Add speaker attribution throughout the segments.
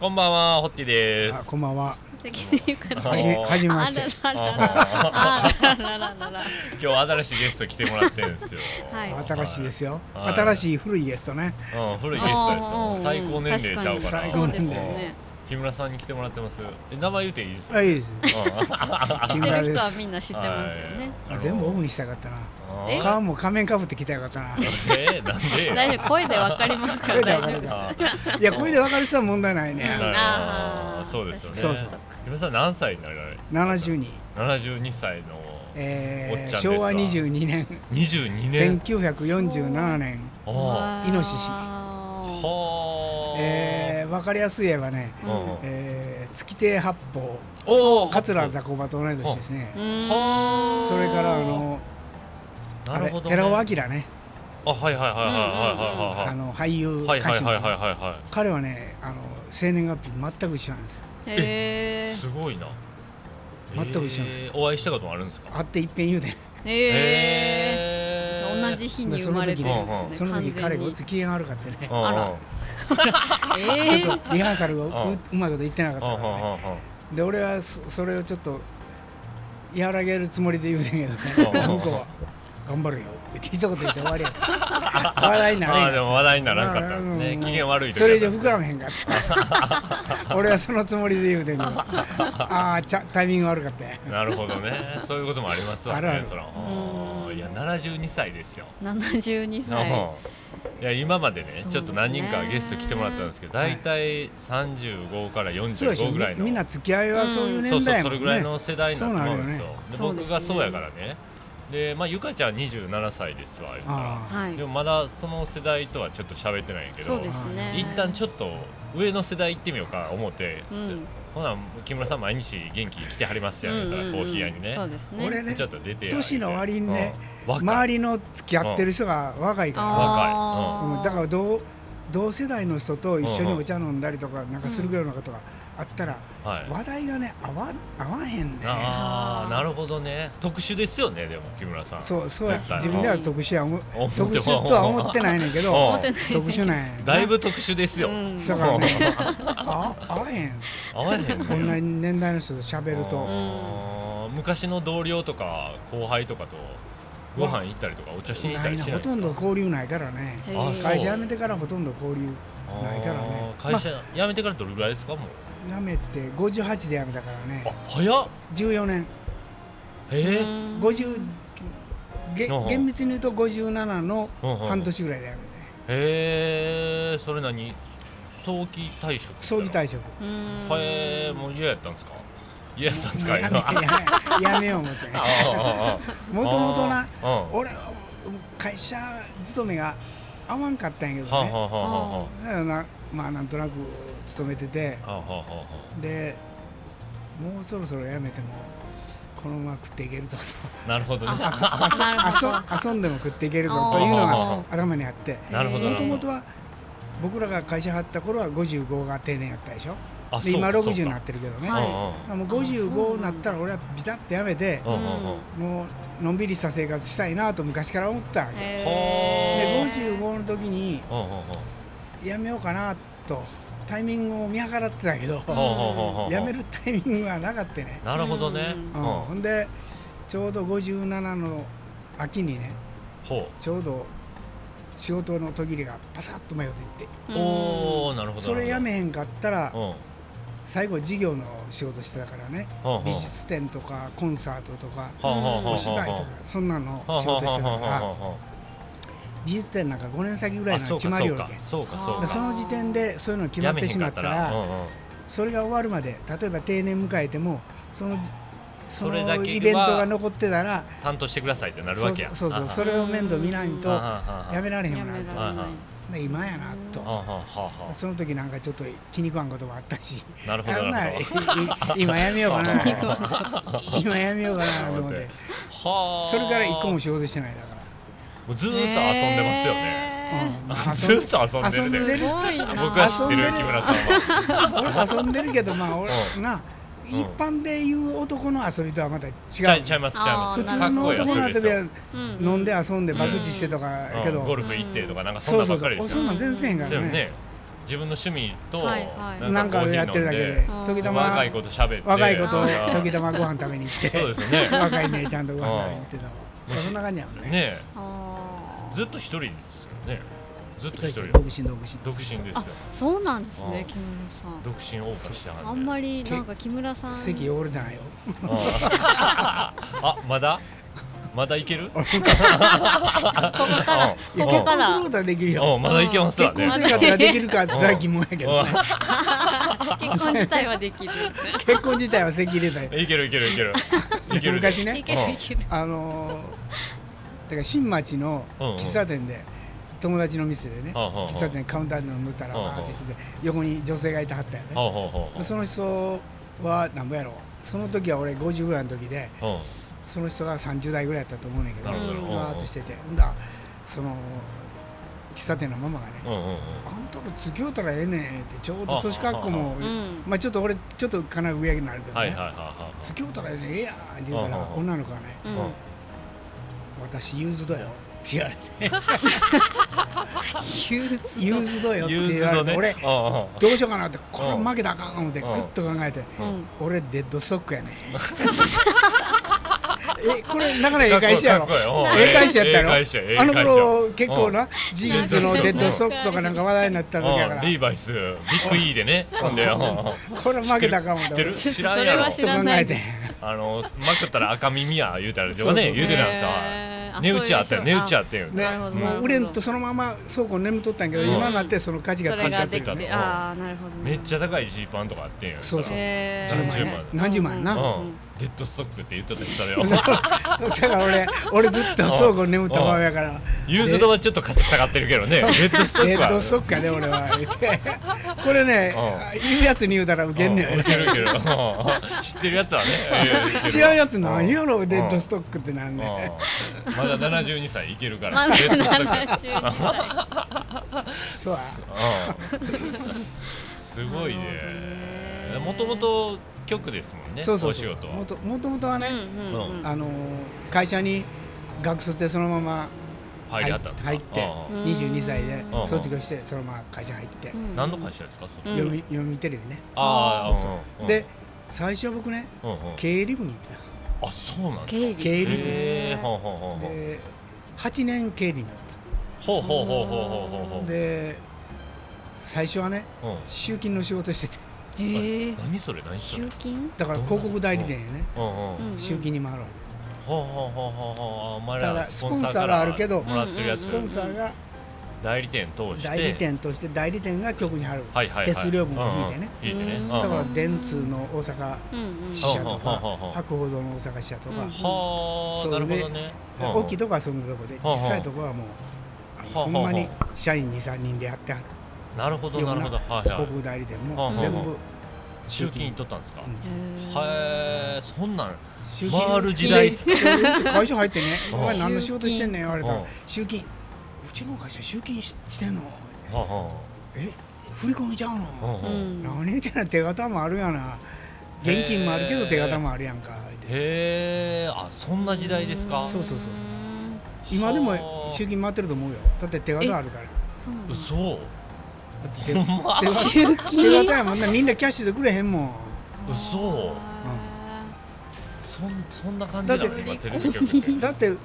Speaker 1: こんばんは、ホッティで
Speaker 2: あ
Speaker 1: す。
Speaker 2: こんばんは。
Speaker 3: 先に言うか
Speaker 1: あ
Speaker 2: は
Speaker 3: ら
Speaker 2: じ
Speaker 1: ー
Speaker 2: はじめまして。
Speaker 3: あららららららららら
Speaker 1: 今日新しいゲスト来てもらってるんですよ。
Speaker 3: はい
Speaker 2: 新しいですよ。
Speaker 1: はい
Speaker 2: 新しい古いゲストね。
Speaker 1: うん、古いゲストです
Speaker 3: うんうん
Speaker 1: よ
Speaker 3: う。ん
Speaker 1: 最高年齢ちゃうから。
Speaker 2: 確かに
Speaker 3: そうですよ
Speaker 1: うん
Speaker 3: ね
Speaker 1: 木村さんに来てもらってます。え名前言うていいですか。
Speaker 2: あいいです。
Speaker 3: 知
Speaker 2: 木
Speaker 3: って
Speaker 2: 村
Speaker 3: る
Speaker 2: で
Speaker 3: 人は
Speaker 2: す
Speaker 3: み。んな知ってますよね
Speaker 2: あ全部オフ
Speaker 1: に。
Speaker 2: にしたかったな。
Speaker 1: あ
Speaker 3: え
Speaker 1: ー
Speaker 2: 顔も仮面かぶってきたらよかったな。
Speaker 1: えー、なんで。
Speaker 3: 大丈夫声でわかりますから
Speaker 2: 声で
Speaker 3: 大
Speaker 2: わか
Speaker 3: 丈夫
Speaker 2: る
Speaker 3: です
Speaker 1: あ
Speaker 2: いやこれで分かる人は問題ない
Speaker 1: ー
Speaker 3: う
Speaker 2: ね。
Speaker 3: ん
Speaker 1: あー、
Speaker 3: あー
Speaker 1: そうですよね。
Speaker 2: そうそうそう
Speaker 1: 木村さん何歳になられ。
Speaker 2: 七十人。
Speaker 1: 七十二歳の。おっちゃん
Speaker 2: え
Speaker 1: で
Speaker 2: ー
Speaker 1: すわ
Speaker 2: 昭和二十二年、
Speaker 1: 二十二
Speaker 2: 千
Speaker 1: 年。
Speaker 2: 九百四十七年。
Speaker 1: あ
Speaker 2: イノシシ
Speaker 1: あ。
Speaker 3: は
Speaker 1: はあ。
Speaker 2: えー、分かりやすい言えばね、
Speaker 3: ー
Speaker 1: うん
Speaker 2: えー、月亭八方、
Speaker 1: おお。
Speaker 2: 桂雑魚場と同い年ですね。
Speaker 1: は
Speaker 2: それからあの
Speaker 1: なるほど、ね。
Speaker 2: あれ寺尾明ね、
Speaker 1: あはいはいはいはいはい
Speaker 2: あ
Speaker 1: はいはい
Speaker 2: の俳優
Speaker 1: はい
Speaker 2: 歌
Speaker 1: はい
Speaker 2: 手
Speaker 1: はい
Speaker 2: の
Speaker 1: はいはいは
Speaker 2: 彼はねあの生年月日全く一緒なんですよ
Speaker 3: へえ
Speaker 1: いすごいな
Speaker 2: 全く一緒
Speaker 1: えーお会いしたこともあるんですか
Speaker 2: 会っていっぺん言うて
Speaker 3: へえ
Speaker 1: え
Speaker 3: 同じ日に生まれてる
Speaker 1: その
Speaker 3: んです
Speaker 2: そ
Speaker 3: ね
Speaker 2: の時彼
Speaker 3: 完
Speaker 2: ごっつ機嫌悪かってね
Speaker 1: うんうん
Speaker 3: あら
Speaker 1: うん
Speaker 3: 全に
Speaker 2: ちょっとリハーサルが
Speaker 1: う
Speaker 2: うんうまいこと言ってなかった
Speaker 1: うんう
Speaker 2: からね
Speaker 1: んうん
Speaker 2: で俺はそそれをちょっと和らげるつもりで言うてんけどね
Speaker 1: うん
Speaker 2: 向こうは「頑張るよ」って一言言って終わりや笑いにな
Speaker 1: あー
Speaker 2: れん
Speaker 1: で
Speaker 2: やん
Speaker 1: も話題にならんかったんです
Speaker 2: う
Speaker 1: ね機嫌悪い時
Speaker 2: それ以上
Speaker 1: だっ
Speaker 2: 膨らめへんかった俺はそのつもりで言うてんけどああちゃタイミング悪かったや
Speaker 1: たなるほどねそういうこともありますわ
Speaker 2: あるあ
Speaker 1: ね
Speaker 2: る
Speaker 1: そら
Speaker 3: うん
Speaker 1: いや72歳ですよ
Speaker 3: 72歳
Speaker 1: うんいや今までね
Speaker 3: そうですね
Speaker 1: ちょっと何人かゲスト来てもらったんですけど大体35から
Speaker 2: そうでし
Speaker 1: 45
Speaker 2: ょ
Speaker 1: ぐ
Speaker 2: み
Speaker 1: らいの
Speaker 2: みんな付き合いはそういう
Speaker 1: そう
Speaker 2: 年
Speaker 1: そうそ
Speaker 2: 代やも
Speaker 1: れ
Speaker 2: ん
Speaker 1: ぐらい
Speaker 2: ね
Speaker 1: の世代なんだと思うんですよ。で
Speaker 3: そうなるよね
Speaker 1: 僕がそうやからね。でまあゆかちゃん二十七歳ですわ言うたら。
Speaker 2: あ
Speaker 3: はい
Speaker 1: でもまだその世代とはちょっと喋ってないんやけ
Speaker 3: そ
Speaker 1: ど
Speaker 3: う、ですね
Speaker 1: 一旦ちょっと上の世代行ってみようか思って、
Speaker 3: うん
Speaker 1: ほな木村さん毎日元気に来てはりますやん言うたら、コーヒー屋にね
Speaker 3: そうですね
Speaker 2: 俺ね
Speaker 1: ちょっと出てや
Speaker 2: 年の割にね、
Speaker 1: うん若い
Speaker 2: 周りの付き合ってる人が若いか
Speaker 3: あ
Speaker 2: ら、
Speaker 3: ー
Speaker 2: うんだから同同世代の人と一緒にお茶飲んだりとかなんかするようなことがあったら、
Speaker 1: はい、
Speaker 2: 話題がね合わ合わへんね
Speaker 1: あ
Speaker 3: あ
Speaker 1: あ
Speaker 3: ー
Speaker 1: なるほどね特殊ですよねでも木村さん
Speaker 2: そうそうや
Speaker 1: 絶対
Speaker 2: 自分では特殊や思う
Speaker 1: 思っても
Speaker 2: 特殊とは思ってないねんけど
Speaker 1: 思
Speaker 3: ってない
Speaker 2: 特殊なんやな
Speaker 1: だいぶ特殊ですよ、
Speaker 3: うん
Speaker 2: だからねあ合わへん
Speaker 1: 合わへんね
Speaker 2: こんな年代の人と喋ると
Speaker 1: あー昔の同僚とか後輩とかとご飯行ったりとかお茶しに行っ
Speaker 2: な
Speaker 1: た
Speaker 2: い
Speaker 1: り
Speaker 2: な
Speaker 1: しない
Speaker 2: ほとんど交流ないからね
Speaker 3: へ
Speaker 1: あそう
Speaker 3: ー
Speaker 2: 会社辞めてからほとんど交流ないからね
Speaker 1: あー会社辞めてからどれぐらいですかもう
Speaker 2: 辞めて58で辞めたから
Speaker 1: あ
Speaker 2: ね
Speaker 1: 早っ
Speaker 2: 14年
Speaker 1: え
Speaker 3: う
Speaker 1: ー
Speaker 3: ん
Speaker 2: 50げ
Speaker 1: うんうん
Speaker 2: 厳密に言うと57の
Speaker 1: うんうんうん
Speaker 2: 半年ぐらいで辞めて
Speaker 1: えー、それ何早期退職
Speaker 2: 早期
Speaker 1: 職
Speaker 2: 退職
Speaker 3: うん
Speaker 1: えー、もう嫌やったんですか嫌やったんです
Speaker 2: も
Speaker 1: か
Speaker 2: う
Speaker 1: 今
Speaker 2: や
Speaker 1: あ
Speaker 2: めやめやめよう思ってね
Speaker 1: ー あー
Speaker 2: もともとな
Speaker 1: あーうん
Speaker 2: 俺会社勤めが合わんかったんやけ
Speaker 1: はあ
Speaker 2: ど
Speaker 1: はあは
Speaker 2: ね
Speaker 1: あはあは
Speaker 2: だからなまあなんとなく勤めてて
Speaker 1: あはあはあは
Speaker 2: でもうそろそろ辞めてもこのまま食っていけるぞと
Speaker 1: あなるほどね
Speaker 3: ああなるほど
Speaker 2: 遊ん遊んでも食っていけるぞというの
Speaker 1: あ
Speaker 2: が頭にあって
Speaker 1: なるほど
Speaker 2: も
Speaker 1: なる
Speaker 2: と
Speaker 1: ほ
Speaker 2: も
Speaker 1: ど
Speaker 2: とは僕らが会社張った頃は55が定年やったでしょ
Speaker 1: あ
Speaker 2: で今
Speaker 1: そうかそうか
Speaker 2: 60になってるけどね、
Speaker 3: はい
Speaker 2: もう55になったら俺はビタッとやめて
Speaker 1: うんうんうんうん
Speaker 2: もうのんびりした生活したいなと昔から思ってたわけ
Speaker 3: へ
Speaker 2: で
Speaker 3: ー
Speaker 2: 55の時に
Speaker 1: うんうんうん
Speaker 2: やめようかなとタイミングを見計らってたけど
Speaker 1: ほうほうほうほう
Speaker 2: やめるタイミングがなかったね、
Speaker 1: なるほどね。
Speaker 3: うん
Speaker 2: うんほんでちょうど57の秋にね
Speaker 1: ほ
Speaker 2: ちょうど仕事の途切れがパサッと迷っていっ
Speaker 1: う。
Speaker 2: て
Speaker 3: うん
Speaker 1: おお、なるほど。
Speaker 2: それやめ
Speaker 1: な
Speaker 2: へんかったら
Speaker 1: るほど。
Speaker 2: 最後事業の仕事してたからね
Speaker 1: うん。うん
Speaker 2: 美。術展とかコンサートとか
Speaker 1: はあはあはあはあ
Speaker 2: お芝居とかそんなの仕事してたから美術展なんか5年先ぐらい
Speaker 1: あ
Speaker 2: な
Speaker 1: そ
Speaker 2: ら
Speaker 1: う
Speaker 2: 決
Speaker 1: か
Speaker 2: ま
Speaker 1: そ
Speaker 2: る
Speaker 1: う
Speaker 2: わ
Speaker 1: か
Speaker 2: け
Speaker 1: そうかそう
Speaker 2: でそ
Speaker 1: か
Speaker 2: の時点でそういうの決まってしまった
Speaker 1: やめへ
Speaker 2: ら
Speaker 1: んかっ
Speaker 2: それが終わるまで例えば定年迎えてもそのそ
Speaker 1: それだけ
Speaker 2: の
Speaker 1: は
Speaker 2: イベントが残ってたら
Speaker 1: うんうん担当してくださいってなるわけや
Speaker 2: そうそうそうそ
Speaker 1: れ
Speaker 2: れを面倒見ないと
Speaker 1: と
Speaker 2: や
Speaker 1: や
Speaker 2: められへん
Speaker 3: や
Speaker 2: ようにな
Speaker 3: め
Speaker 2: る
Speaker 3: ら
Speaker 2: と
Speaker 3: れない
Speaker 2: で今やなと
Speaker 1: はあはあはあ
Speaker 2: その時なんかちょっと気に食わんこともあったし
Speaker 1: なるほど
Speaker 2: あん
Speaker 1: な
Speaker 2: な
Speaker 1: るほど
Speaker 2: い 今やめようか な今やめようかなと思って
Speaker 1: はあ
Speaker 2: それから一個も仕事してないだか
Speaker 1: もうずーっと遊んでますよね
Speaker 2: ら、うんまあ
Speaker 1: ずーっと遊んでる
Speaker 2: 遊ん
Speaker 1: ね
Speaker 2: で
Speaker 3: す
Speaker 2: る
Speaker 3: ごいな
Speaker 1: 僕は知ってる
Speaker 2: 遊んでる
Speaker 1: 木村さんは
Speaker 2: 俺遊んでるけどまあ俺
Speaker 1: うん
Speaker 2: な
Speaker 1: うん
Speaker 2: 一般でいう男の遊びとはまた違う
Speaker 1: ちゃいちゃいますちゃいます
Speaker 2: 普
Speaker 3: あー
Speaker 2: 通の男の
Speaker 1: かっこいい遊び
Speaker 2: 遊び
Speaker 1: です
Speaker 2: は
Speaker 1: よ
Speaker 3: うん
Speaker 2: 飲んで遊んで爆打してとかやけ
Speaker 1: う
Speaker 2: け
Speaker 1: んゴ
Speaker 2: ど
Speaker 1: ルフ行ってとかなんかそんな
Speaker 2: そうそ
Speaker 1: ば
Speaker 2: う
Speaker 1: っか
Speaker 2: そ
Speaker 1: りで
Speaker 2: う俺
Speaker 1: す
Speaker 2: そ
Speaker 1: よ
Speaker 2: んなん全然せえへんか
Speaker 1: そう
Speaker 2: ら
Speaker 1: よ
Speaker 2: ね
Speaker 1: ね自分の趣味と
Speaker 3: はいはい
Speaker 2: なんかやってるだけで
Speaker 3: うん
Speaker 2: 時たま
Speaker 1: 若い子と喋って
Speaker 2: 若い子
Speaker 1: な
Speaker 2: と
Speaker 1: んか
Speaker 2: 時たまご飯食べに行って
Speaker 1: そうですよね
Speaker 2: 若い姉ちゃんとご飯食べに行ってたわ
Speaker 1: うん
Speaker 2: そんな感じやもんね
Speaker 1: ね
Speaker 3: あ
Speaker 1: え
Speaker 3: ー
Speaker 1: ずっと一人ですよねずっと一人
Speaker 2: 独身独身
Speaker 1: 独身ですよ
Speaker 3: あそうなんです
Speaker 1: う
Speaker 3: ね
Speaker 1: ん
Speaker 3: 木村さん
Speaker 1: 独身オーバーしてはんね
Speaker 3: あんまりなんか木村さん
Speaker 2: 席汚れてないよ
Speaker 1: うんあまだまだいける
Speaker 3: ここから
Speaker 1: う
Speaker 2: いや
Speaker 1: ん
Speaker 2: 結
Speaker 3: こ
Speaker 2: 婚す
Speaker 3: こから
Speaker 2: ることはできる
Speaker 1: う
Speaker 2: よ
Speaker 1: んまだいけますわ
Speaker 2: 結
Speaker 1: ね
Speaker 2: 婚生活ができるか
Speaker 1: ん
Speaker 2: 在疑問やけどね
Speaker 3: 結婚自体はできる
Speaker 2: 結婚自体は席入れたよ
Speaker 1: うんいけるいけるいけるいける
Speaker 2: 昔 ね
Speaker 3: いけるいける
Speaker 2: あのーだから新町の喫茶店で友達の店でね
Speaker 1: うんうんうん
Speaker 2: 喫茶店カウンターで飲んでたら
Speaker 1: うんうん
Speaker 2: アーティストで横に女性がいてはったよね
Speaker 1: ほうほうほうほう
Speaker 2: その人は何ぼやろうその時は俺50ぐらいの時で
Speaker 1: うん
Speaker 2: その人が30代ぐらいやったと思うねんけど
Speaker 1: な
Speaker 2: わ
Speaker 1: るほど
Speaker 3: うん
Speaker 2: ーっとしててほんだらその喫茶店のママがね
Speaker 1: うんうんうん
Speaker 2: 「あんたら付き合うたらええねん」ってちょうど年格好も
Speaker 3: うん
Speaker 2: まあちょっと俺ちょっとかなり上になるけど
Speaker 1: はいはい
Speaker 2: ね
Speaker 1: はいは
Speaker 2: 「付き合うたらええねんええやん」って言ったら
Speaker 1: うんうんうん
Speaker 2: 女の子がね
Speaker 3: うん
Speaker 1: うん
Speaker 2: 「私ユーズドよ」って言われて
Speaker 3: 憂鬱
Speaker 2: 「ユーズドよ」
Speaker 1: い
Speaker 2: って
Speaker 1: ユ
Speaker 2: 言
Speaker 1: ーズの
Speaker 2: われて
Speaker 1: ね
Speaker 2: 俺
Speaker 1: う
Speaker 2: どうしようかなってこれ負けたらあかん思って
Speaker 1: う
Speaker 2: グ
Speaker 1: ん
Speaker 2: ッと考えて
Speaker 3: うんん
Speaker 2: 俺デッドストックやね えこれなかなかええ返しやろ
Speaker 1: かっこいいかっこいいうん
Speaker 2: ええ返しやったやろ
Speaker 1: ええ返しやええ返しや
Speaker 2: あの頃結構
Speaker 1: う
Speaker 2: なジーンズのデッドストックとかなんか話題になってた時やか
Speaker 1: うん
Speaker 2: ら
Speaker 1: リーバイスビッグ E で ねほんでうん
Speaker 2: これ負けたかも
Speaker 1: 知ってる
Speaker 2: ち
Speaker 1: 知らんやろ
Speaker 3: それは
Speaker 2: ょっと考えて
Speaker 1: あのまくったら赤耳や言うたらですよね
Speaker 2: そうそう
Speaker 1: 言
Speaker 2: そう
Speaker 1: てたんさ
Speaker 3: へーあ
Speaker 1: 値打ちあったよ
Speaker 3: そうで
Speaker 1: 値
Speaker 3: しょ
Speaker 1: 打ちあったよ
Speaker 2: ね
Speaker 3: なるほどなるほ
Speaker 2: も
Speaker 3: ど
Speaker 2: う売れんとそのまま倉庫に眠っとったんやけど
Speaker 1: うん
Speaker 2: 今になってその価値が
Speaker 3: そ
Speaker 2: つい
Speaker 3: れ
Speaker 2: ちゃ
Speaker 3: が
Speaker 2: ってる
Speaker 3: でき
Speaker 2: よ
Speaker 1: それ
Speaker 3: て
Speaker 2: ね
Speaker 1: が
Speaker 3: ああなるほど
Speaker 1: めっち
Speaker 3: ゃ
Speaker 1: ゃ高いジーパンとかあってんや
Speaker 2: そうそう
Speaker 3: え
Speaker 1: 10万
Speaker 3: ー
Speaker 1: 円
Speaker 2: 何十万やな
Speaker 1: うんデッドストックって言ってたよそれを
Speaker 2: だから俺俺ずっと倉庫に眠ったままやから
Speaker 1: ユーズドはちょっと価値下がってるけどねデッドストッ
Speaker 2: デ
Speaker 1: クは
Speaker 2: ッドストックやね俺は言ってこれね言うやつに言うたらウケんね
Speaker 1: うんんいけるいけるうん知ってるやつはねいいける
Speaker 2: 知らんやつ何や
Speaker 1: う
Speaker 2: ろ
Speaker 1: ん
Speaker 2: デッドストックってなん
Speaker 1: うん
Speaker 2: で
Speaker 1: まだ72歳いけるか
Speaker 3: ま
Speaker 1: ら
Speaker 3: だ
Speaker 1: デッドストック
Speaker 3: 72歳
Speaker 2: そうや
Speaker 1: うんすごい
Speaker 3: なるほ
Speaker 1: ね
Speaker 3: どね
Speaker 1: もともと局ですもんね
Speaker 2: そうそう
Speaker 1: お
Speaker 2: そ
Speaker 1: 仕
Speaker 2: う
Speaker 1: 事は
Speaker 2: もともともとはね
Speaker 3: うんうんうん
Speaker 2: あのー会社に学卒でそのまま
Speaker 1: 入りはったんですか
Speaker 2: 入って
Speaker 1: うん
Speaker 3: うん
Speaker 2: 22歳で
Speaker 3: うん
Speaker 2: 卒業してそのまま会社入って
Speaker 3: うん
Speaker 1: 何の会社ですかそれ
Speaker 3: うん
Speaker 2: 読み読みテレビね
Speaker 1: あ
Speaker 2: そう
Speaker 1: あ
Speaker 2: で最初は僕ね
Speaker 1: うんうん
Speaker 2: 経理部に行って
Speaker 1: あそうなんですか
Speaker 3: 経理
Speaker 2: 経理部
Speaker 1: へーほうほうほう
Speaker 2: た
Speaker 1: ほう
Speaker 2: で8年経理になった
Speaker 1: ほうほうほうほうほうほう
Speaker 2: で最初はね
Speaker 1: ほう
Speaker 2: 集金の仕事してて
Speaker 1: うん
Speaker 3: ええ
Speaker 1: あ何それ何それ
Speaker 3: 集金
Speaker 2: だから広告代理店やね
Speaker 1: うんうん
Speaker 3: うん
Speaker 2: 集金に回るわ
Speaker 1: ほうほうほうほうほうあお前
Speaker 2: た
Speaker 1: ら
Speaker 2: だ
Speaker 1: スポンサー
Speaker 2: スポン
Speaker 1: か
Speaker 2: サーは
Speaker 1: ら
Speaker 2: あるけど
Speaker 1: もらってるや
Speaker 2: け
Speaker 1: つ
Speaker 2: スポンサーが
Speaker 1: 代理店通して
Speaker 2: 代理店として代理店が局に貼る
Speaker 1: はいはいはい
Speaker 2: 手数料分を引いてね
Speaker 1: うんうん引いてね
Speaker 3: うん
Speaker 2: だから
Speaker 1: は
Speaker 2: 電通の大阪
Speaker 3: うんうん
Speaker 2: 支社と
Speaker 1: は
Speaker 2: か
Speaker 1: あはあはあ
Speaker 2: 博報堂の大阪支社とか
Speaker 3: うん
Speaker 1: あ
Speaker 2: そう
Speaker 1: な
Speaker 2: で
Speaker 1: るほどね
Speaker 2: 大きい
Speaker 1: と
Speaker 2: とこはそんなとこで
Speaker 1: あはあ
Speaker 2: 小さいとこはもうあの
Speaker 1: はあはあ
Speaker 2: ほんまに社員23人でやってはる
Speaker 1: なるほどなるほどはいは
Speaker 2: 広
Speaker 1: い
Speaker 2: 告代理店
Speaker 1: はあ
Speaker 2: も
Speaker 1: はあ
Speaker 2: 全部
Speaker 1: 集金取ったんですか
Speaker 2: うん
Speaker 1: へえそんなん
Speaker 2: 集
Speaker 1: 回る時代 っすか
Speaker 2: で会社入ってね
Speaker 1: う
Speaker 2: 「
Speaker 1: ん
Speaker 2: お前何の仕事してんねん」言われた
Speaker 1: う
Speaker 2: ら
Speaker 1: ん
Speaker 2: 「集金うちの会社集金ししてんの?」
Speaker 1: はあは
Speaker 2: え振り込みちゃう
Speaker 1: あうん
Speaker 2: の?
Speaker 1: う
Speaker 3: うんん」
Speaker 2: 何みたいな手形もあるやな現金もあるけど手形もあるやんか言うて
Speaker 1: へえあそんな時代ですか
Speaker 2: そうそうそう今でも集金回ってると思うよだって手形あるから
Speaker 3: うん
Speaker 1: 嘘
Speaker 2: だって手
Speaker 1: ほんま
Speaker 2: 手形手形やもんなみんなキャッシュでくれへんもん
Speaker 1: 嘘そんそんな感じなの
Speaker 2: だって
Speaker 1: 今テレビ局って
Speaker 2: だって
Speaker 1: うん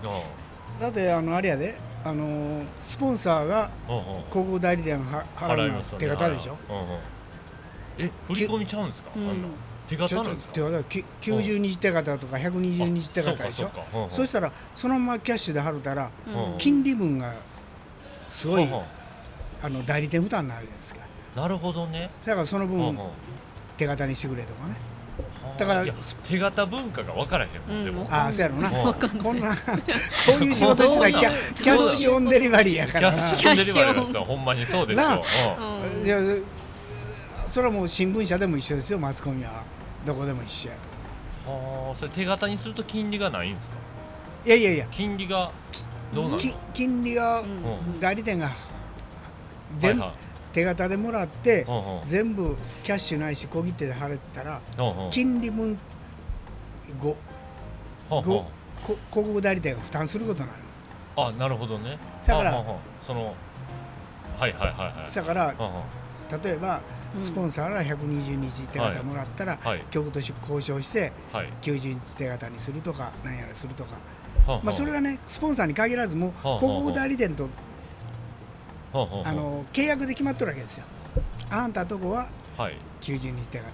Speaker 2: だってあのあれやであのースポンサーが
Speaker 1: うんうん
Speaker 2: 広告代理店がは払うのは手形でしょ、
Speaker 1: うんうん、え振り込みちゃうんですか、
Speaker 3: うん
Speaker 1: あんな手
Speaker 2: ちょ
Speaker 1: 形
Speaker 2: っ
Speaker 1: な
Speaker 2: と
Speaker 1: んですか
Speaker 2: 手形き90日手形とか120日手形でしょ
Speaker 1: あそうかそうか、うんうん、
Speaker 2: そしたらそのままキャッシュで払うたら
Speaker 1: うん
Speaker 2: 金利分がすごい、
Speaker 1: うんうん
Speaker 2: あの代理店負担になるじゃないですか
Speaker 1: なるほどね、
Speaker 2: だからその
Speaker 1: う
Speaker 2: 分
Speaker 1: んうん
Speaker 2: 手形にしてくれとかね
Speaker 1: だ
Speaker 2: だ
Speaker 1: か
Speaker 2: からら
Speaker 1: 手形文化が分からへんもん、
Speaker 3: うん
Speaker 1: でも
Speaker 3: わかんない
Speaker 2: ああそうやろな
Speaker 1: わか
Speaker 2: こん なこういう仕事してたらキャキャッシュオンデリバリーや
Speaker 1: キ
Speaker 2: か
Speaker 1: ャ
Speaker 2: ら
Speaker 1: ッ
Speaker 2: な
Speaker 1: シュオンデリバリーなんですよほんまにそうですよ、
Speaker 2: なあ
Speaker 1: う
Speaker 2: いやそれはもう新聞社でも一緒ですよマスコミはどこでも一緒やと
Speaker 1: ん、はあそれ手形にすると金利がないんですか
Speaker 2: いやいやいや
Speaker 1: 金利がどうなの
Speaker 2: き金利が代理店が、
Speaker 1: は
Speaker 2: で
Speaker 1: いは
Speaker 2: 手形でもらっ
Speaker 1: い、
Speaker 2: て
Speaker 1: うんうん
Speaker 2: 全部キャッシュないし小切手で払ったら、
Speaker 1: うんうん
Speaker 2: 金利分5
Speaker 1: はあ
Speaker 2: ご
Speaker 1: は
Speaker 2: こ広告代理店が負担することになる
Speaker 1: ああなるほどね
Speaker 2: だから
Speaker 1: はあはあはあそのはいはいはいはい
Speaker 2: だから
Speaker 1: うんうん
Speaker 2: 例えば
Speaker 3: うん
Speaker 2: スポンサーから120日手形もらったら、
Speaker 1: はい
Speaker 2: 局と交渉して
Speaker 1: はい
Speaker 2: 90日手形にするとかなんやらするとか、
Speaker 1: はは
Speaker 2: まあ、それがねスポンサーに限らずもう
Speaker 1: はあはあ
Speaker 2: 広告代理店と
Speaker 1: ははは
Speaker 2: あの契約で決まっとるわけですよ。あんたとこは
Speaker 1: はい
Speaker 2: 90日手形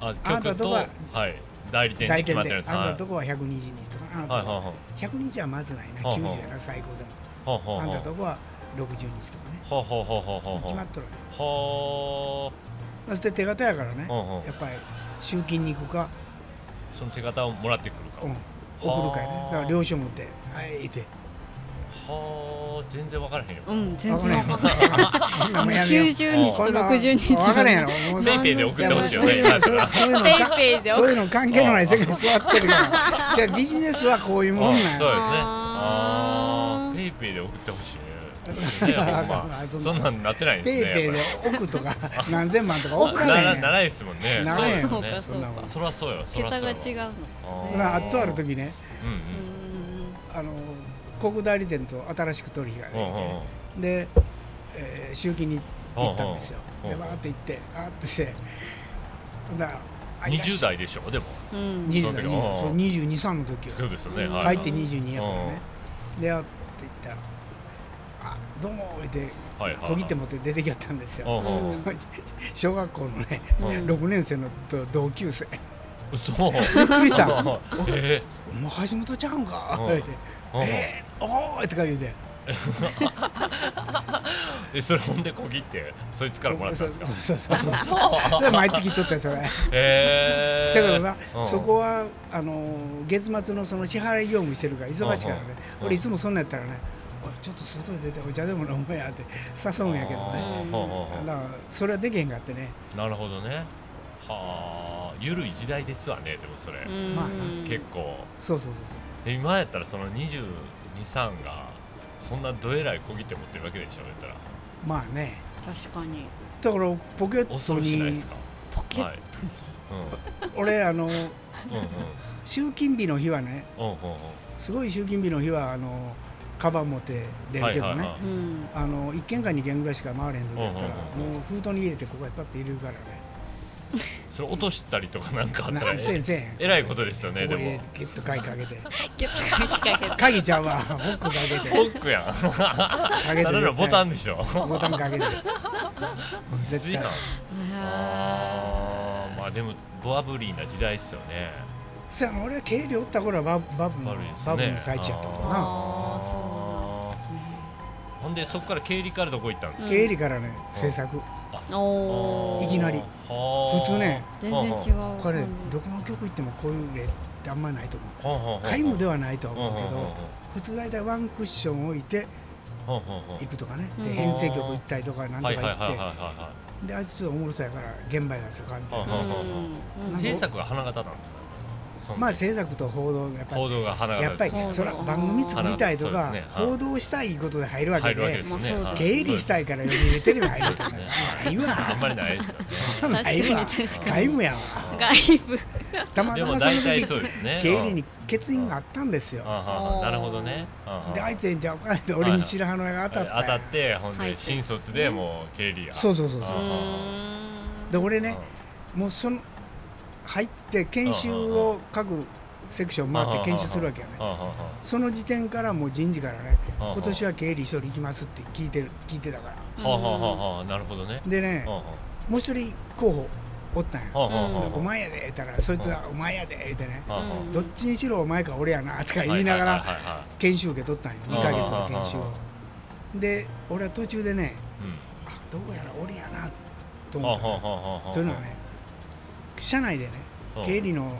Speaker 1: あ
Speaker 2: あなた
Speaker 1: 局
Speaker 2: と
Speaker 1: と
Speaker 2: は
Speaker 1: はい代理店で
Speaker 2: 代
Speaker 1: 決
Speaker 2: 店
Speaker 1: まって
Speaker 2: であ
Speaker 1: る
Speaker 2: ん
Speaker 1: とはい
Speaker 2: たとこは120日とかあな
Speaker 1: はい
Speaker 2: た
Speaker 1: はい
Speaker 2: と
Speaker 1: はい
Speaker 2: 100日はまずない
Speaker 1: は
Speaker 2: な
Speaker 1: あはあ
Speaker 2: 90やな最高でも
Speaker 1: はは
Speaker 2: あん
Speaker 1: は
Speaker 2: たとこは60日とかね
Speaker 1: ははははは
Speaker 2: 決ま
Speaker 1: は
Speaker 2: っとるわけ
Speaker 1: は
Speaker 2: まあそして手形やからね
Speaker 1: うんうん
Speaker 2: やっぱり集金に行くか、
Speaker 1: その手形をもらってくるか、
Speaker 2: う
Speaker 1: は
Speaker 2: ん、送るかやねだから領収持ってはいいて
Speaker 1: あ全然分からへんよ
Speaker 3: うん、全然
Speaker 2: わから
Speaker 3: わ
Speaker 2: ん
Speaker 3: か
Speaker 2: や
Speaker 3: ん
Speaker 2: ろ
Speaker 3: ない。
Speaker 2: こんなんもやめよう
Speaker 3: 90日と
Speaker 2: こんなん
Speaker 3: 60日
Speaker 2: わからんやろもう
Speaker 1: ペ
Speaker 2: そ
Speaker 1: イペイで送ってほしいよね
Speaker 2: いやもうそうそういうの
Speaker 3: ペイ
Speaker 2: か
Speaker 3: ペイで送
Speaker 2: そう
Speaker 3: る
Speaker 2: いうの関係のない世界に座ってるからじゃあビジネスはこういうもんなん
Speaker 1: あ
Speaker 2: や
Speaker 1: そうですね
Speaker 3: あー
Speaker 1: ああーペイペイで送ってほしいねねほんま
Speaker 2: そんな
Speaker 1: そんなんなってないんで
Speaker 2: ペイ
Speaker 1: すね
Speaker 2: ペイで
Speaker 1: やっ
Speaker 2: 億とか何千万とか
Speaker 1: ぱ
Speaker 2: 億
Speaker 1: り
Speaker 2: か
Speaker 1: な
Speaker 2: ら
Speaker 1: ら
Speaker 2: ね
Speaker 1: ならないですもんね
Speaker 2: ならない
Speaker 1: そうです
Speaker 3: そ
Speaker 1: よね
Speaker 3: うか
Speaker 2: んなもん
Speaker 1: そらそうよそら
Speaker 3: 桁
Speaker 1: そう
Speaker 3: が
Speaker 1: よ
Speaker 3: 違うのか
Speaker 1: あー
Speaker 3: ね。
Speaker 2: なあっとある時ね
Speaker 1: うんうん
Speaker 3: うんうん
Speaker 2: あの広告代理店と新しく取引がで
Speaker 1: う
Speaker 2: き
Speaker 1: んうんうん
Speaker 2: てで、えー集金に行ったんですよ
Speaker 1: うんう
Speaker 2: で
Speaker 1: んうん
Speaker 2: バーって行ってあーってしてほんならあいらっ
Speaker 1: 20
Speaker 2: しゃい
Speaker 1: 代でしょでも
Speaker 3: うんうん。
Speaker 2: 20代
Speaker 1: その時は
Speaker 2: そう22、3の時よ
Speaker 1: そうですよね
Speaker 3: うん
Speaker 1: はい
Speaker 2: 帰って22やからねであーって言ったら「あどうも」って
Speaker 1: はいはい
Speaker 2: 小切手持って出てきやったんです
Speaker 1: うん
Speaker 2: よ
Speaker 1: うんうん
Speaker 3: うん
Speaker 2: 小学校のね
Speaker 3: うん
Speaker 2: 6年生のと同 級生
Speaker 1: 嘘
Speaker 2: びっくりした
Speaker 1: え
Speaker 2: 「もう橋本ちゃうんか」
Speaker 1: うん
Speaker 2: って「
Speaker 1: うん
Speaker 2: えー、おーい!」とか言うて
Speaker 1: えそれほんで小切ってそいつからもらったんですか
Speaker 2: そうそうそう
Speaker 1: そう
Speaker 2: そうで毎月取ったよそれ
Speaker 1: え
Speaker 2: だ
Speaker 1: ー、
Speaker 2: からな、
Speaker 1: うん
Speaker 2: そこはあのー月末のその支払い業務してるから忙しいからね、
Speaker 1: うん
Speaker 2: 俺いつもそんなんやったらね「おいちょっと外出てお茶でも飲もうや」って誘うんやけどね
Speaker 1: あー
Speaker 3: うん
Speaker 1: ほうほうほう
Speaker 2: だからそれはできへんかってね
Speaker 1: なるほどねはあゆるい時代ですわねでもそれ、
Speaker 3: うん
Speaker 2: まあ
Speaker 1: 結構
Speaker 2: そうそうそうそ
Speaker 1: で今やったらその223がそんなどえらい小切手持ってるわけでしょ言ったら
Speaker 2: うまあね
Speaker 3: 確かに。
Speaker 2: だからポケッ
Speaker 1: 恐
Speaker 2: ト
Speaker 1: ろしないで
Speaker 2: に
Speaker 1: すか
Speaker 3: ポケ
Speaker 1: は
Speaker 3: ッ
Speaker 1: い
Speaker 3: ト
Speaker 2: 俺あの
Speaker 1: うんうん
Speaker 2: 集金日の日はね
Speaker 1: うんうんうん うん
Speaker 2: すごい集金日の日はあのカバン持って出る
Speaker 1: はい
Speaker 2: けどね、
Speaker 1: はいはい
Speaker 3: に。うん。
Speaker 2: あの1軒か2軒ぐらいしか回れへん時やったら、
Speaker 1: うんうんうん
Speaker 2: もう封筒に入れてここへパッと入れるからね
Speaker 1: それ落としたりとかなんかあったら
Speaker 2: 何千円
Speaker 1: え
Speaker 2: せん
Speaker 1: えらいことですよね
Speaker 2: えんこ
Speaker 1: で
Speaker 2: こへ
Speaker 1: も
Speaker 2: ゲット鍵かけて
Speaker 3: ゲットかけた。
Speaker 2: 鍵ちゃんはホックかけ
Speaker 1: フ
Speaker 2: て
Speaker 1: ォックや ん
Speaker 2: かけ
Speaker 1: た
Speaker 2: て
Speaker 1: だのボタンでしょ
Speaker 2: ボタンかけて
Speaker 1: 薄
Speaker 2: 絶
Speaker 1: いな
Speaker 2: 対
Speaker 1: あーまあでもボアブリーな時代っすよね
Speaker 2: そやな俺は経理おった頃はバブバブの
Speaker 1: バブですね
Speaker 2: バブの最中やったか
Speaker 3: あ
Speaker 1: ー
Speaker 2: らな
Speaker 3: あー、そうなん
Speaker 1: ほんでそこから経理からどこ行ったんですか、
Speaker 2: 経理からね制作
Speaker 3: ですね。お
Speaker 1: あー
Speaker 3: お。
Speaker 2: いきなり
Speaker 1: はー
Speaker 2: 普通ね
Speaker 3: 全然違う感じ。
Speaker 2: これどこの局行ってもこういう例ってあんまないと思
Speaker 1: はん
Speaker 2: う
Speaker 1: はんはんはん
Speaker 2: 皆無ではないとは思うけ
Speaker 1: うんうん
Speaker 2: ど普通大体ワンクッション置いて
Speaker 1: うんうんはんはんはん
Speaker 2: 行くとかね
Speaker 3: う
Speaker 2: で
Speaker 3: ん
Speaker 2: 編成局行ったりとかなんと
Speaker 1: は
Speaker 2: か
Speaker 1: いはいはいはい
Speaker 2: 行っ
Speaker 1: は
Speaker 2: てであいつちょっとおもろさやから現場へ出すよかみたい
Speaker 1: うん
Speaker 2: な
Speaker 1: い
Speaker 3: うん
Speaker 1: は
Speaker 2: ない
Speaker 1: 制
Speaker 2: んか
Speaker 1: 作が花形なんですかその
Speaker 2: まあ制作と報道がやっぱり
Speaker 1: 報道が花形
Speaker 2: やっぱり
Speaker 1: ですね
Speaker 2: そら番組作りたいと
Speaker 1: 花形そうです
Speaker 2: か
Speaker 1: ねはい
Speaker 2: 報道したいことで入るわけ
Speaker 1: 入るわけで
Speaker 2: です
Speaker 1: よね、
Speaker 3: まあ
Speaker 1: はい
Speaker 3: そうで
Speaker 2: 経
Speaker 3: す
Speaker 2: 理したいから読売テレビ入るとか
Speaker 1: そうですね
Speaker 2: ないわ
Speaker 1: あんまりないですよね
Speaker 3: 確か
Speaker 2: ない
Speaker 3: に
Speaker 2: わ
Speaker 3: 確か
Speaker 2: 外務やわ
Speaker 3: に。外部。
Speaker 2: たま
Speaker 1: で
Speaker 2: た
Speaker 1: も
Speaker 2: まその
Speaker 1: 大体
Speaker 2: 時
Speaker 1: そうですね
Speaker 2: 経理
Speaker 1: うん
Speaker 2: に欠員があったんですよ
Speaker 1: あははなるほどね
Speaker 2: であい
Speaker 1: つ
Speaker 2: つええんちゃうかって俺に白羽の矢が当た
Speaker 1: 当
Speaker 2: ったんや
Speaker 1: たってほん
Speaker 3: 入っ
Speaker 1: で
Speaker 3: て
Speaker 1: 新卒でもう経理や
Speaker 2: そうそうそう
Speaker 1: あ
Speaker 2: そう
Speaker 1: ー
Speaker 2: で
Speaker 3: うーん
Speaker 2: 俺ねもうその入って研修を各セクション回って研修するわけよね
Speaker 1: はんはんはん
Speaker 2: その時点からもう人事からね
Speaker 1: うんうん
Speaker 2: 今年は経理一人行きますって聞いてる聞いてたから
Speaker 1: はあはあはあはあなるほどね
Speaker 2: でね
Speaker 1: は
Speaker 2: もう一人候補おったんや
Speaker 1: あはあはあはあ
Speaker 2: お前やで言ったらそいつはお前やで言ってね
Speaker 1: はあはあ
Speaker 3: うん
Speaker 2: どっちにしろお前か俺やなとか言いな
Speaker 1: は
Speaker 2: がら
Speaker 1: いはいはいはい
Speaker 2: 研修受け取ったんよ
Speaker 1: うん
Speaker 2: 2ヶ月の研修を
Speaker 1: うん
Speaker 2: で俺は途中でね
Speaker 1: うん
Speaker 2: あどうやら俺やなと
Speaker 1: は
Speaker 2: 思
Speaker 1: あは
Speaker 2: っ
Speaker 1: あ
Speaker 2: た
Speaker 1: はあはあ
Speaker 2: というのはね社内でね
Speaker 1: うん
Speaker 2: 経理の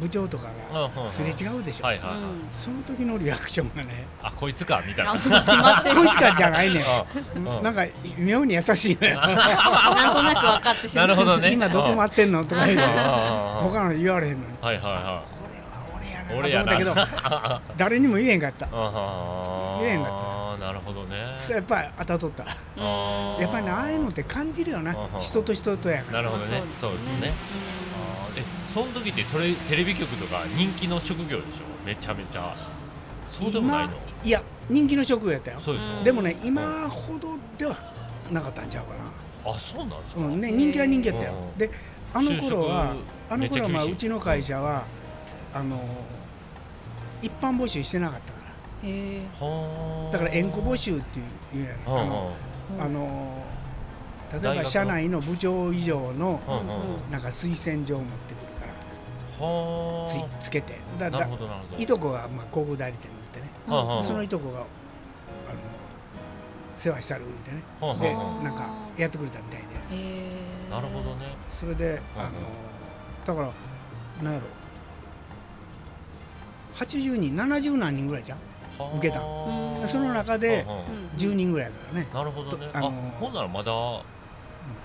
Speaker 2: 部長とか
Speaker 1: うんうんうん
Speaker 2: がすれ違うでしょ
Speaker 1: はいはいはい
Speaker 2: その時のリアクションがね
Speaker 1: あこいつかみたいな
Speaker 3: あもう決まってる
Speaker 2: こいつかじゃないね
Speaker 1: あ
Speaker 2: ん
Speaker 1: うん
Speaker 2: なんか妙に優しいね
Speaker 3: なんとなく分かってしま
Speaker 1: な
Speaker 3: う
Speaker 1: るほどね
Speaker 2: 今どこ待ってんのとか言う
Speaker 1: あ
Speaker 2: て
Speaker 1: あああ
Speaker 2: 他の言われへんのにこ
Speaker 1: はいはいは
Speaker 2: れ
Speaker 1: い
Speaker 2: は
Speaker 1: 俺
Speaker 2: 俺や
Speaker 1: やな
Speaker 2: なと思ったけど
Speaker 1: あ
Speaker 2: 誰にも言えへんかった
Speaker 1: あ
Speaker 2: 言えんか
Speaker 1: なるほどね
Speaker 2: そうやっぱり当たっとった
Speaker 1: あー
Speaker 2: やっぱりねああいうのって感じるよな
Speaker 1: あは
Speaker 2: 人と人とやか
Speaker 1: な
Speaker 2: ら
Speaker 1: るほどねそうですねあーえその時ってトレテレビ局とか人気の職業でしょめちゃめちゃそうでもないの
Speaker 2: 今いや人気の職業やったよ
Speaker 1: そうでしょ
Speaker 3: うん
Speaker 2: でもね今ほどではなかったんちゃうかな
Speaker 1: あそうなんですか、
Speaker 2: うんね、
Speaker 3: へー
Speaker 2: 人気は人気やったよ
Speaker 1: うんうん
Speaker 2: であの頃は
Speaker 1: 就職
Speaker 2: あの頃はまあ
Speaker 1: めっちゃ厳しいう
Speaker 2: ちの会社はあの一般募集してなかったか
Speaker 3: へ
Speaker 1: は
Speaker 2: ら
Speaker 1: あ
Speaker 2: だから縁故募集っていういうやん
Speaker 1: うん
Speaker 2: あ
Speaker 1: うん
Speaker 2: の
Speaker 3: ー
Speaker 2: あ
Speaker 3: うん
Speaker 2: の
Speaker 1: 大
Speaker 2: 例え
Speaker 1: 学の
Speaker 2: ば社内の部長以上の
Speaker 1: うんうんうん
Speaker 3: うん
Speaker 2: なんか推薦状を持ってくるからつい
Speaker 1: は
Speaker 2: つけて
Speaker 1: あ
Speaker 2: だ
Speaker 1: なる
Speaker 2: だ
Speaker 1: ほどなるほど
Speaker 2: いとこがまあ広告代理店に行ってね
Speaker 1: うんうん
Speaker 2: そのいとこがあの世話したる言うてね
Speaker 1: はあ
Speaker 2: で
Speaker 1: はあは
Speaker 3: あー
Speaker 2: なんかやってくれたみたいで
Speaker 3: へ
Speaker 1: あな
Speaker 3: ー
Speaker 1: るほどね
Speaker 2: それで
Speaker 1: うんうん
Speaker 2: あのだからなんやろ80人70何人ぐらいじゃん
Speaker 1: はあ
Speaker 2: 受けた
Speaker 3: うん
Speaker 2: その中で
Speaker 1: うんうん
Speaker 3: うん
Speaker 2: 10人ぐらいやからね
Speaker 1: なるほどね
Speaker 2: と
Speaker 1: あ
Speaker 2: あの
Speaker 1: ほんならまだ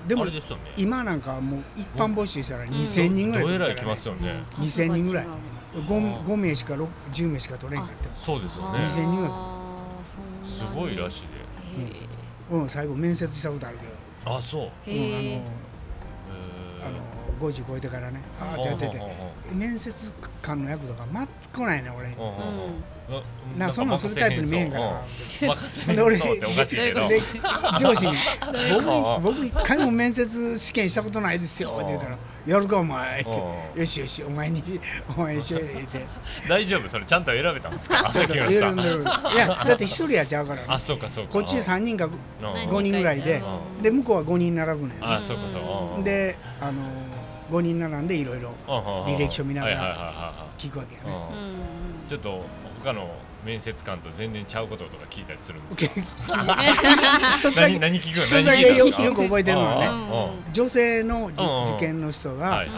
Speaker 2: でも
Speaker 1: あれですよね
Speaker 2: 今なんかもう一般募集したら
Speaker 3: ん
Speaker 2: 2000人ぐらい
Speaker 1: どえら
Speaker 2: 取
Speaker 1: い
Speaker 2: る
Speaker 1: 来
Speaker 2: か
Speaker 1: ま
Speaker 2: ら
Speaker 1: すよね、
Speaker 3: うん
Speaker 2: 2000人ぐらい
Speaker 3: 数が違う
Speaker 2: 5, 名しか6 10名しか取れんかった
Speaker 1: そうですよ
Speaker 3: あー
Speaker 1: ね
Speaker 2: 2000人ぐらい
Speaker 3: そんなに
Speaker 1: すごいらしいで
Speaker 3: へ
Speaker 2: うん、最後面接したことあるけ
Speaker 1: あそうへ
Speaker 3: え
Speaker 2: ど、うん
Speaker 3: へ
Speaker 2: あのあ
Speaker 1: え
Speaker 2: の50超えてからねああってやってて
Speaker 1: はあは
Speaker 2: 面接官の役とか待ってこないね俺
Speaker 1: あはあはあはあ
Speaker 2: なそんなんするタイプに見えんから
Speaker 1: うん 任せへんそうっておかしいけど
Speaker 2: で上 司に
Speaker 1: ああ
Speaker 2: 「僕僕一回も面接試験したことないですよ」って言ったら「やるかお前」って
Speaker 1: あ
Speaker 2: 「よしよしお前にお前一緒やで」って
Speaker 1: 大丈夫それちゃんと選べたんですか
Speaker 2: ちょっと
Speaker 1: 木村
Speaker 2: 緩んで
Speaker 1: さ
Speaker 2: る
Speaker 1: ん
Speaker 2: いやだって一人やっちゃうから
Speaker 1: あそうかそうか
Speaker 2: こっち3人か
Speaker 1: うん
Speaker 3: ー
Speaker 2: 五人ぐらいで
Speaker 3: うん
Speaker 2: で向こうは5人並ぶのよ
Speaker 1: あそうかそううん
Speaker 2: であの5人並んでいろいろ
Speaker 1: うんうんうんうん
Speaker 2: 履歴書見ながら
Speaker 1: はいはいはいは
Speaker 2: 聞くわけや
Speaker 1: い
Speaker 2: ね
Speaker 1: は
Speaker 3: う
Speaker 1: いうん
Speaker 3: ん
Speaker 1: ちょっと他の面接官と全然ちゃうこととか聞いたりするんですか
Speaker 2: 一つだ
Speaker 1: 何
Speaker 2: け
Speaker 1: 何聞く
Speaker 2: 一つ
Speaker 1: の
Speaker 2: だ
Speaker 1: 何
Speaker 2: け
Speaker 1: 聞くん
Speaker 2: よ
Speaker 1: ですか
Speaker 2: よく覚えてるのは
Speaker 1: う
Speaker 2: ね
Speaker 1: ん
Speaker 3: うんうん
Speaker 2: 女性のじ
Speaker 1: うんうん
Speaker 2: 受験の人
Speaker 1: は
Speaker 2: が
Speaker 1: いはい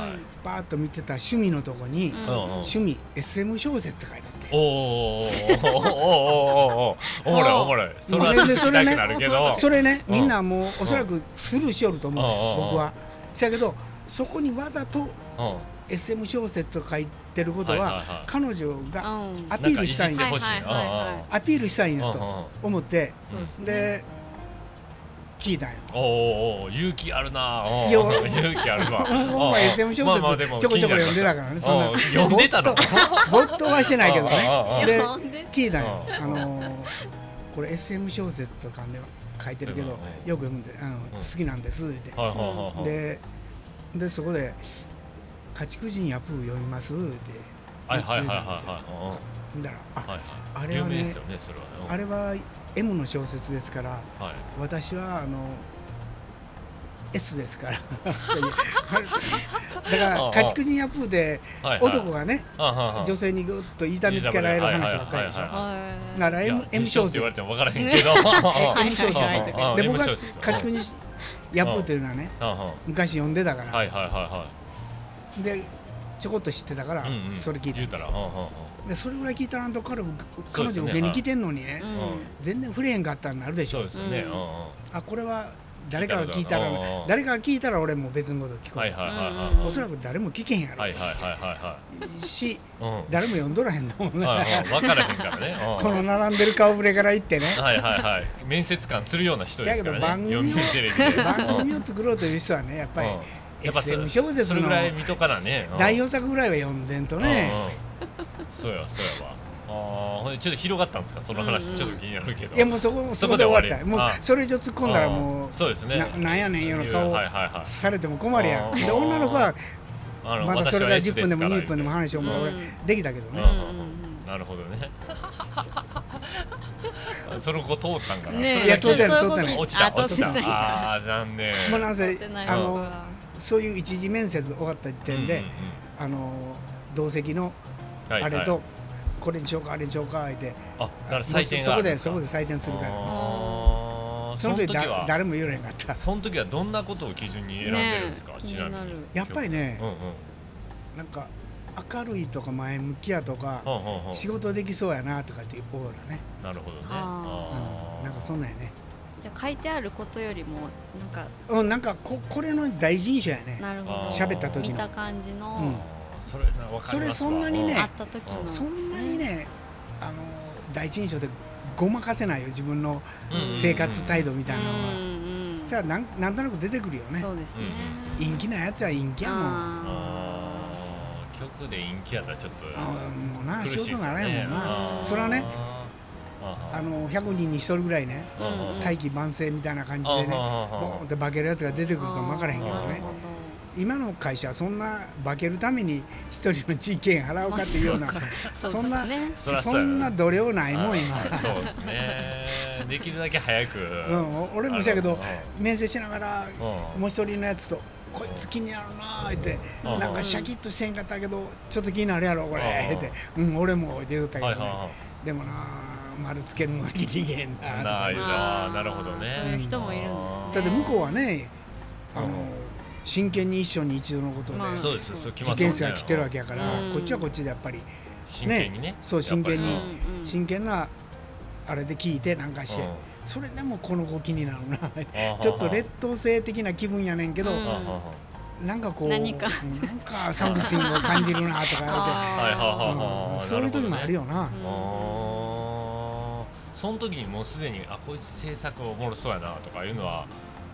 Speaker 2: バーッと見てた趣味のとこに
Speaker 3: うん
Speaker 1: うんうん
Speaker 2: 「趣味 SM 小説」って書いてあって
Speaker 1: おーおーおーおーおーおーおーおーおーおーおもろいおもろいそれは聞きたくなるけど
Speaker 2: それね
Speaker 1: うん
Speaker 2: みんなもうおそらくスルーしよると思う
Speaker 1: うんうんう
Speaker 2: ね
Speaker 1: ん
Speaker 2: 僕は。せやけどそこにわざと
Speaker 1: うん
Speaker 2: SM 小説と書いてること
Speaker 1: はいはいはい
Speaker 2: は彼女が
Speaker 3: うん
Speaker 2: アピールしたいん
Speaker 1: な
Speaker 2: や
Speaker 1: んかいじってほしい
Speaker 3: はいはいはい
Speaker 1: うんうん
Speaker 2: アピールしたいん
Speaker 1: うん
Speaker 2: や
Speaker 1: うん
Speaker 2: と思って
Speaker 3: そうですね
Speaker 2: で聞いたんよ。
Speaker 1: おーおーおー勇気あるなおー
Speaker 2: いや俺
Speaker 1: 勇気あるわ
Speaker 2: ほんま SM 小説ちょこちょこ読んでたからねそんな
Speaker 1: 読んでたの
Speaker 2: ぼっ没頭はしてないけど
Speaker 1: うんうんうん
Speaker 2: ね。で
Speaker 3: 呼んで
Speaker 2: 聞いたんよ。
Speaker 1: うん
Speaker 2: あのーこれ SM 小説とかで書いてるけど
Speaker 1: うん
Speaker 2: よく読むんであの好きなんですって。
Speaker 1: はいはいはいはい
Speaker 2: ででそこで「家畜人やプー読みます」って
Speaker 1: はいはいはいはい
Speaker 2: あ見たら「
Speaker 1: はいはい
Speaker 2: ああれ
Speaker 1: 有
Speaker 2: は
Speaker 1: 名で
Speaker 2: ね
Speaker 1: すよねそれはねうん
Speaker 2: あれは M の小説ですから
Speaker 1: はい
Speaker 2: 私はあの S で すから」だか
Speaker 1: ああ
Speaker 2: ら「家畜人やプー」で
Speaker 1: はいはい
Speaker 2: 男がね
Speaker 1: あはいはい
Speaker 2: 女性にぐっと痛みつけられる話ばっかりでしょ
Speaker 1: はいはいはいはい
Speaker 3: はい
Speaker 2: だから
Speaker 1: いや
Speaker 2: M,
Speaker 1: 一
Speaker 2: M
Speaker 1: 緒
Speaker 2: 小
Speaker 1: って言
Speaker 2: 説
Speaker 1: われても分からへんけ ど
Speaker 3: はい
Speaker 2: 小説
Speaker 3: はいはい
Speaker 1: うん
Speaker 2: で僕は
Speaker 1: うん M 小説
Speaker 2: 家畜人やプーというのはね
Speaker 1: うんうん
Speaker 2: 昔読んでたから、
Speaker 1: はいはいはいは
Speaker 2: でちょこっと知ってたから
Speaker 1: いうんうん
Speaker 2: それ聞いた
Speaker 1: 言うた
Speaker 2: んですよ
Speaker 1: らうんうんうん
Speaker 2: でそれぐらい聞いたらんと彼を
Speaker 1: そう
Speaker 2: 彼
Speaker 1: です
Speaker 2: 女
Speaker 1: ね
Speaker 2: 受けに来てんのにね、
Speaker 3: うん
Speaker 2: 全然触れへんかったらなるでし
Speaker 1: そう
Speaker 2: ょ
Speaker 1: ですよね
Speaker 3: う
Speaker 1: うんんうん
Speaker 2: あこれは誰かが聞い
Speaker 1: 聞いた
Speaker 2: た
Speaker 1: らな
Speaker 2: ら誰かが聞いたら俺も別のこと聞く、
Speaker 1: はいはいはいはい
Speaker 3: うん
Speaker 2: おそらく誰も聞けへんやろ、
Speaker 1: はいはいはいは
Speaker 2: し
Speaker 1: いはいうん
Speaker 2: 誰も読んどらへんのもんね、
Speaker 1: はいはい分からへんからねうん
Speaker 2: この並んでる顔ぶれから言ってね
Speaker 1: はいはいはい面接官するような人ですからね
Speaker 2: せやけど
Speaker 1: 読
Speaker 2: 番組を
Speaker 1: 売テレビで
Speaker 2: 番組を作ろうという人はねやっぱり
Speaker 1: うんやっぱそ
Speaker 2: SM 小説の
Speaker 1: それぐらい見とかなねうん
Speaker 2: 代表作ぐらいは読んでんとね、
Speaker 1: うんうんそうやそうやわあーほんでちょっと広がったんですかその
Speaker 3: うんう
Speaker 1: 話
Speaker 3: ん
Speaker 1: ちょっと気になるけど
Speaker 2: いやもうそこ
Speaker 1: そ
Speaker 2: そ
Speaker 1: こ
Speaker 2: こ
Speaker 1: で
Speaker 2: で
Speaker 1: 終
Speaker 2: 終
Speaker 1: わ
Speaker 2: わ
Speaker 1: り
Speaker 2: ったもう
Speaker 1: あ
Speaker 2: それ以上突っ込んだらも
Speaker 1: ん
Speaker 2: う
Speaker 1: そうですね
Speaker 2: ななんやねんような顔
Speaker 1: はいはいはい
Speaker 2: されても困るやんで女の子は
Speaker 1: あの
Speaker 2: まだそれが10分でも
Speaker 1: 私は S
Speaker 2: 20分でも話をもう俺
Speaker 3: うん
Speaker 2: できたけど
Speaker 1: うん
Speaker 2: ね、
Speaker 1: うん
Speaker 3: うん
Speaker 1: なるほどね その子通ったんかな
Speaker 3: ねえ
Speaker 2: いや通ってない
Speaker 3: そううこ
Speaker 2: 通
Speaker 3: と
Speaker 2: ってない
Speaker 1: 落ちた
Speaker 3: あ
Speaker 1: 落ちた
Speaker 3: 通ってないか
Speaker 1: あー残念
Speaker 2: もうなんせ
Speaker 3: 通ってない
Speaker 2: あ
Speaker 3: う
Speaker 2: の
Speaker 3: わ
Speaker 2: そういう一次面接終わった時点
Speaker 1: う
Speaker 2: で、
Speaker 1: んうんうん
Speaker 2: あの同席の
Speaker 1: はい
Speaker 2: あ
Speaker 1: はい
Speaker 2: れと、これにしようかあれにしようか言って
Speaker 1: あだから採点
Speaker 2: そ
Speaker 1: があ
Speaker 2: こ
Speaker 1: るん
Speaker 2: で
Speaker 1: か
Speaker 2: すそこで採点するから
Speaker 1: あー
Speaker 2: そ
Speaker 1: そ
Speaker 2: の
Speaker 1: の
Speaker 2: 時
Speaker 1: 時
Speaker 2: だ
Speaker 1: は
Speaker 2: 誰も言われへんかった
Speaker 1: その時はどんなことを基準に選んでるんですか
Speaker 3: ねえ
Speaker 1: ちなみ
Speaker 3: 気にな
Speaker 1: に
Speaker 3: る
Speaker 2: やっぱりね
Speaker 1: うんうん
Speaker 2: なんか明るいとか前向きやとか
Speaker 1: うんうんうん
Speaker 2: 仕事できそうやなとかっていうオーラね、
Speaker 1: なるほどね
Speaker 3: あ
Speaker 2: うんなんかそんなんやね
Speaker 3: じゃあ書いてあることよりもなんか
Speaker 2: うんなんかここれの大事印象やね
Speaker 3: なるほど
Speaker 1: あー
Speaker 2: 喋った時
Speaker 3: 見
Speaker 2: の
Speaker 3: た感じの、
Speaker 2: うん
Speaker 1: あーそれなわかりますわ
Speaker 2: それそんなにね
Speaker 1: う
Speaker 3: あった時の
Speaker 2: そんなにねあの第一印象でごまかせないよ自分の
Speaker 1: うん
Speaker 2: 生活態度み
Speaker 3: う
Speaker 2: たい
Speaker 3: ん
Speaker 2: なのは、
Speaker 3: うんうん
Speaker 2: さあなんなんとなく出てくるよね
Speaker 3: そうですね
Speaker 1: う
Speaker 2: 陰気なやつは陰気やもんあ
Speaker 3: あ
Speaker 1: あー曲で陰気やったらちょっと
Speaker 2: ーもうな
Speaker 1: 苦
Speaker 2: 仕
Speaker 1: しい
Speaker 2: 事
Speaker 1: ですよ
Speaker 2: ならへん
Speaker 1: ね
Speaker 2: もんな
Speaker 1: あー
Speaker 2: それはね
Speaker 1: あ
Speaker 2: あの100人に1人ぐらいね
Speaker 1: うんうん
Speaker 3: うん
Speaker 2: 大器晩成みたいな感じでねボーンって化けるやつが出てくるかも分からへんけど
Speaker 3: あーな
Speaker 2: ね
Speaker 3: るほど
Speaker 2: 今の会社はそんな化けるために一人の人件払うかっていうような
Speaker 3: まあそうか
Speaker 2: そんな
Speaker 3: そうですね
Speaker 1: そら
Speaker 2: そんな
Speaker 1: そう
Speaker 2: 度量ない
Speaker 1: や
Speaker 2: もん今
Speaker 1: あーそうですねできるだけ早く、
Speaker 2: うんお俺もしたけど
Speaker 1: あ
Speaker 2: 面接しながら
Speaker 1: のうん
Speaker 2: もう一人のやつと「こいつ気になるな」って
Speaker 1: うん
Speaker 2: なんかシャキッとしてんかったけどちょっと気になるやろこれ
Speaker 1: うん
Speaker 2: って「うん俺も」って言うたけ
Speaker 1: は
Speaker 2: ど
Speaker 1: いはい
Speaker 2: ね
Speaker 1: は
Speaker 2: でもな丸つけるのはできへん
Speaker 1: い
Speaker 2: な
Speaker 1: な
Speaker 2: と
Speaker 1: い
Speaker 2: か
Speaker 1: な
Speaker 3: あー
Speaker 1: なるほどね
Speaker 3: そういう人もいるんですね
Speaker 2: だって向こうはねあの
Speaker 1: うん
Speaker 2: 真剣に一生に一度のことで
Speaker 3: まあ
Speaker 1: そうですそう来ますもんね
Speaker 2: 受験生が来てるわけやから
Speaker 3: うん
Speaker 2: こっちはこっちでやっぱり
Speaker 1: 真剣にね
Speaker 2: そう真剣に
Speaker 1: やっぱ
Speaker 3: うんうん
Speaker 2: 真剣なあれで聞いてなんか
Speaker 1: り
Speaker 2: して
Speaker 1: うん
Speaker 2: それでもこの子気になるな
Speaker 1: あー
Speaker 2: ちょっと劣等生的な気分やねんけど
Speaker 3: うん
Speaker 1: あーはーは
Speaker 2: なんかこう
Speaker 3: 何か
Speaker 2: うんなんかサムシングを感じるなとか言わ
Speaker 1: ーはいはいは
Speaker 2: れて
Speaker 1: い あー
Speaker 2: うんそういう時もあるよな
Speaker 3: うん
Speaker 1: あーその時にもうすでにあこいつ制作おもろそうやなとかいうのは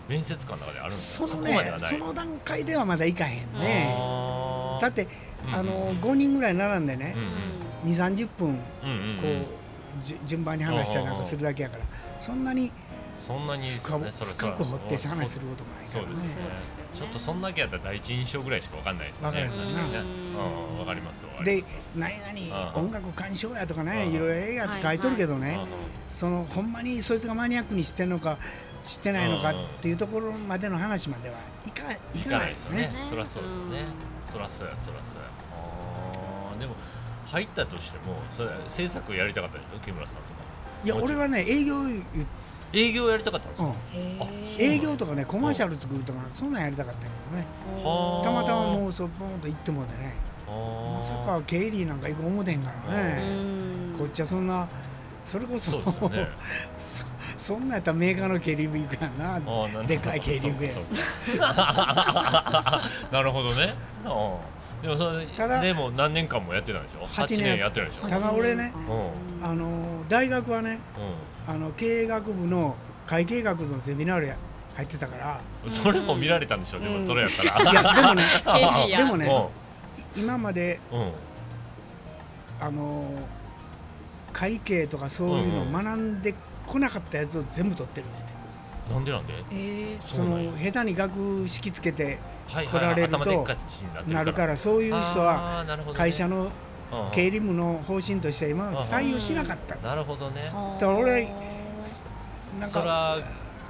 Speaker 1: 面接官の中であるんです
Speaker 2: そ
Speaker 1: か
Speaker 2: の
Speaker 1: こまで
Speaker 2: ね
Speaker 1: はない
Speaker 2: その段階ではまだいかへんね
Speaker 1: あー
Speaker 2: だって
Speaker 1: うん
Speaker 2: あの5人ぐらい並んでね
Speaker 1: うん
Speaker 2: 2 3 0分
Speaker 1: うんうんうん
Speaker 2: こ
Speaker 1: うん
Speaker 2: うじ順番に話したりなんかするだけやからそんなに
Speaker 1: そんなに
Speaker 2: 深
Speaker 1: ねそれ
Speaker 2: 深く掘って話す
Speaker 1: る
Speaker 2: ることもないか
Speaker 1: そう
Speaker 2: ら
Speaker 1: で
Speaker 2: ね
Speaker 1: すねちょっとそんだけやったら第一印象ぐらいしかわかんないですね
Speaker 2: わかる
Speaker 1: 確かにね
Speaker 3: うん
Speaker 1: うんわかりますわかり
Speaker 2: で
Speaker 1: ます
Speaker 2: 「何
Speaker 1: あ
Speaker 2: 々
Speaker 1: あ
Speaker 2: 音楽鑑賞や」とか
Speaker 1: ああ
Speaker 2: ねいろいろ映画って書いとるけどね
Speaker 1: うんうん
Speaker 2: そのほんまにそいつがマニアックにしてんのか知ってないのか
Speaker 1: うんうん
Speaker 2: っていうところまでの話まではいかい
Speaker 1: 行
Speaker 2: か
Speaker 1: か
Speaker 2: な
Speaker 1: ないいで
Speaker 2: で
Speaker 1: すす
Speaker 2: よ
Speaker 1: よ
Speaker 2: ね
Speaker 1: ね。そらそうですよね。そらそうや、そらそうや。あーでも入ったとしても、それ制作やりたかったでしょ、木村さんとか。
Speaker 2: いや
Speaker 1: もちろ
Speaker 2: 俺
Speaker 1: ん
Speaker 2: はね営業言っ
Speaker 1: 営業やりたかったんです
Speaker 2: う
Speaker 1: か。
Speaker 2: ん
Speaker 3: へー
Speaker 2: 営業とかねコマーシャル作るとかそんなんやりたかったんやけどね
Speaker 1: はあ
Speaker 2: たまたまもうそうポンと行ってもうてね
Speaker 1: あ
Speaker 2: まさ
Speaker 1: ー
Speaker 2: か経理なんか行く思てんから
Speaker 3: う
Speaker 2: ね
Speaker 3: ん
Speaker 2: こっちはそんなそれこそ
Speaker 1: そうですよ ね。
Speaker 2: そそんなんやったらメーカーの経理部行くやんな
Speaker 1: あーなん
Speaker 2: でかい経理部や
Speaker 1: そうかそうかなるほどね。うんでもそれ
Speaker 2: ただ
Speaker 1: でも何年間もやってたんでしょ。
Speaker 2: 八
Speaker 1: 八
Speaker 2: 年
Speaker 1: 年やってるでしょ。
Speaker 2: ただ俺ね
Speaker 1: う
Speaker 2: あの大学はねあの経営学部の会計学のゼミナールや入ってたから
Speaker 1: うん。それも見られたんでしょ。でもそれやったら。
Speaker 2: いや でもね
Speaker 3: 経理や
Speaker 2: でも
Speaker 1: うん
Speaker 2: ねい今まで
Speaker 1: うん。
Speaker 2: あの会計とかそういうのを
Speaker 1: うん
Speaker 2: 学んでこなかったやつを全部取ってるんやて
Speaker 1: なんでなんで。
Speaker 3: え
Speaker 2: そ
Speaker 1: なんや
Speaker 2: の下手に学識つけて
Speaker 1: はい
Speaker 2: 来られると
Speaker 1: 頭でっかちになってる
Speaker 2: なるかららそういう人は
Speaker 1: あーなるほどね
Speaker 2: 会社の
Speaker 1: うんうん
Speaker 2: 経理部の方針として今まで採用しなかった
Speaker 1: なるほどね
Speaker 3: だ
Speaker 2: から俺なん
Speaker 1: そ
Speaker 2: から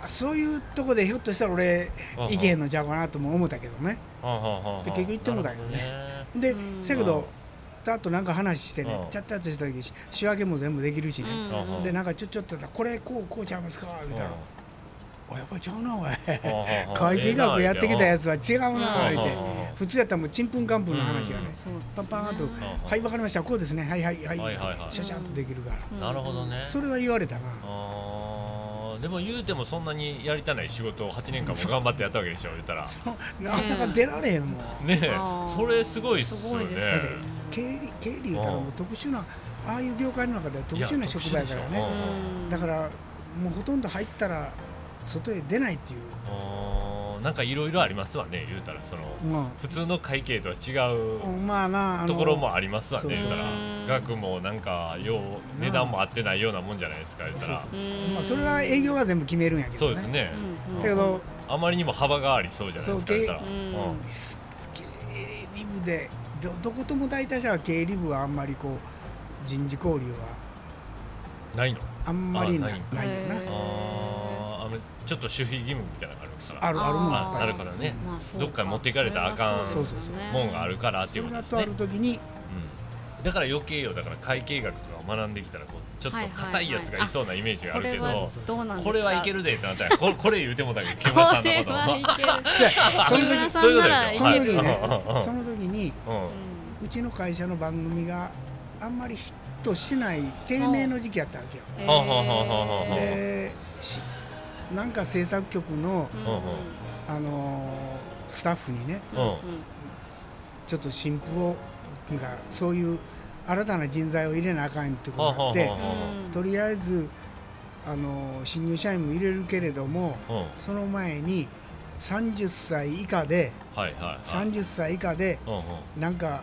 Speaker 2: そういうとこでひょっとしたら俺
Speaker 1: うんうん
Speaker 2: いけへんのちゃうかなとも思ったけどね
Speaker 1: うんうんうんうん
Speaker 2: で結局行ってもだけどねで
Speaker 3: うん
Speaker 2: せやけどだとなんか話してね
Speaker 1: うん
Speaker 2: ちゃっちゃっとした時し仕分けも全部できるしね
Speaker 1: うんうん
Speaker 2: でなんかちょちょっとだこれこうこうちゃいますかみたいな「おやっぱりちゃうなおい会計学やってきたや
Speaker 1: つ
Speaker 2: つは違うな」
Speaker 3: うん
Speaker 2: 言うて
Speaker 3: うん
Speaker 2: 普通やったらもうちんぷんかんぷんの話がね
Speaker 3: そうですね
Speaker 2: パンパーンと
Speaker 1: ん
Speaker 2: 「はいわかりましたこうですねはいはいはい
Speaker 1: はいはいは」い
Speaker 2: シャシャンとできるから
Speaker 3: うん
Speaker 1: なるほどね
Speaker 2: それは言われたな
Speaker 1: あーでも言うてもそんなにやりたない仕事を8年間も頑張ってやったわけでしょ言ったら
Speaker 2: なかなか出られへんもんだって
Speaker 1: ねえ
Speaker 3: あー
Speaker 1: それすごいっすよ
Speaker 3: すごい
Speaker 1: ね
Speaker 3: ですね
Speaker 2: 経理経理言ったらもう特殊なああいう業界の中では特殊な職場やから
Speaker 1: いや特殊でしょ
Speaker 2: ね
Speaker 3: うん
Speaker 2: だからもうほとんど入ったら外へ出ないっていう
Speaker 1: あーなんかいろいろありますわね言うたらその
Speaker 2: ま
Speaker 1: 普通の会計とは違う
Speaker 2: あまあなあの
Speaker 1: ところもありますわね
Speaker 2: そ
Speaker 1: 言
Speaker 2: う
Speaker 1: う
Speaker 2: そう
Speaker 1: たら
Speaker 3: うん
Speaker 1: 額もなんかよう値段も合ってないようなもんじゃないですか言った
Speaker 2: そう
Speaker 1: ら
Speaker 2: そう
Speaker 3: うん
Speaker 2: まあそれは営業が全部決めるんやけ
Speaker 1: そ
Speaker 2: ど
Speaker 1: う
Speaker 2: ね
Speaker 1: ですね
Speaker 3: うんうん
Speaker 2: だけど
Speaker 1: あまりにも幅がありそうじゃないですか
Speaker 2: そう
Speaker 1: 言ったら
Speaker 3: う
Speaker 1: うんん
Speaker 2: 経理部でどどことも大体じゃあ経理部はあんまりこう人事交流は
Speaker 1: ないの
Speaker 2: あんまりな
Speaker 1: あないい
Speaker 2: ないよな
Speaker 3: へー
Speaker 1: あーあのちょっと守秘義務みたいなのがあるから
Speaker 2: あるあるもんやっ
Speaker 1: あ
Speaker 2: ぱ
Speaker 1: な
Speaker 2: り
Speaker 1: るからね
Speaker 3: まあそう
Speaker 1: どっかに持っていかれたらあかん
Speaker 3: それはですよね
Speaker 1: もんがあるからって
Speaker 2: そ
Speaker 1: いうこ
Speaker 2: れ
Speaker 1: と
Speaker 2: が
Speaker 1: です
Speaker 2: とあ
Speaker 1: ね
Speaker 2: る時に
Speaker 1: うんだから余計よだから会計学とかを学んできたらこうちょっと硬いやつがいそうなイメージがあ
Speaker 3: こ
Speaker 1: る
Speaker 3: れ
Speaker 1: けど
Speaker 3: はどうなんですか
Speaker 1: これはいけるでってなったらここれ言うてもだけど木
Speaker 3: これ
Speaker 1: 村
Speaker 3: は
Speaker 1: さんの
Speaker 3: い
Speaker 1: ことは
Speaker 3: ける
Speaker 2: その
Speaker 3: 木村
Speaker 2: 時
Speaker 3: さんならい
Speaker 2: そ
Speaker 1: は
Speaker 2: の
Speaker 1: い
Speaker 2: 時
Speaker 3: ける
Speaker 2: にね
Speaker 1: うんうん
Speaker 2: その時に
Speaker 1: うん
Speaker 2: うちの会社の番組があんまりヒットしない低迷の時期やったわけよ
Speaker 3: うん
Speaker 1: はあはあはあはあはあ
Speaker 3: へ
Speaker 2: でしなんか制作局の
Speaker 3: ー
Speaker 1: うんうん
Speaker 2: あのースタッフにね
Speaker 3: うんうん
Speaker 2: ちょっと新婦をがそういう新たな人材を入れなあかんってことになっ
Speaker 1: は
Speaker 2: て
Speaker 1: あはあは
Speaker 3: うん
Speaker 2: とりあえずあの新入社員も入れるけれども
Speaker 1: うんはい
Speaker 2: その前に30歳以下で
Speaker 1: はいはい
Speaker 2: 30歳以下で
Speaker 1: うんうん
Speaker 2: なんか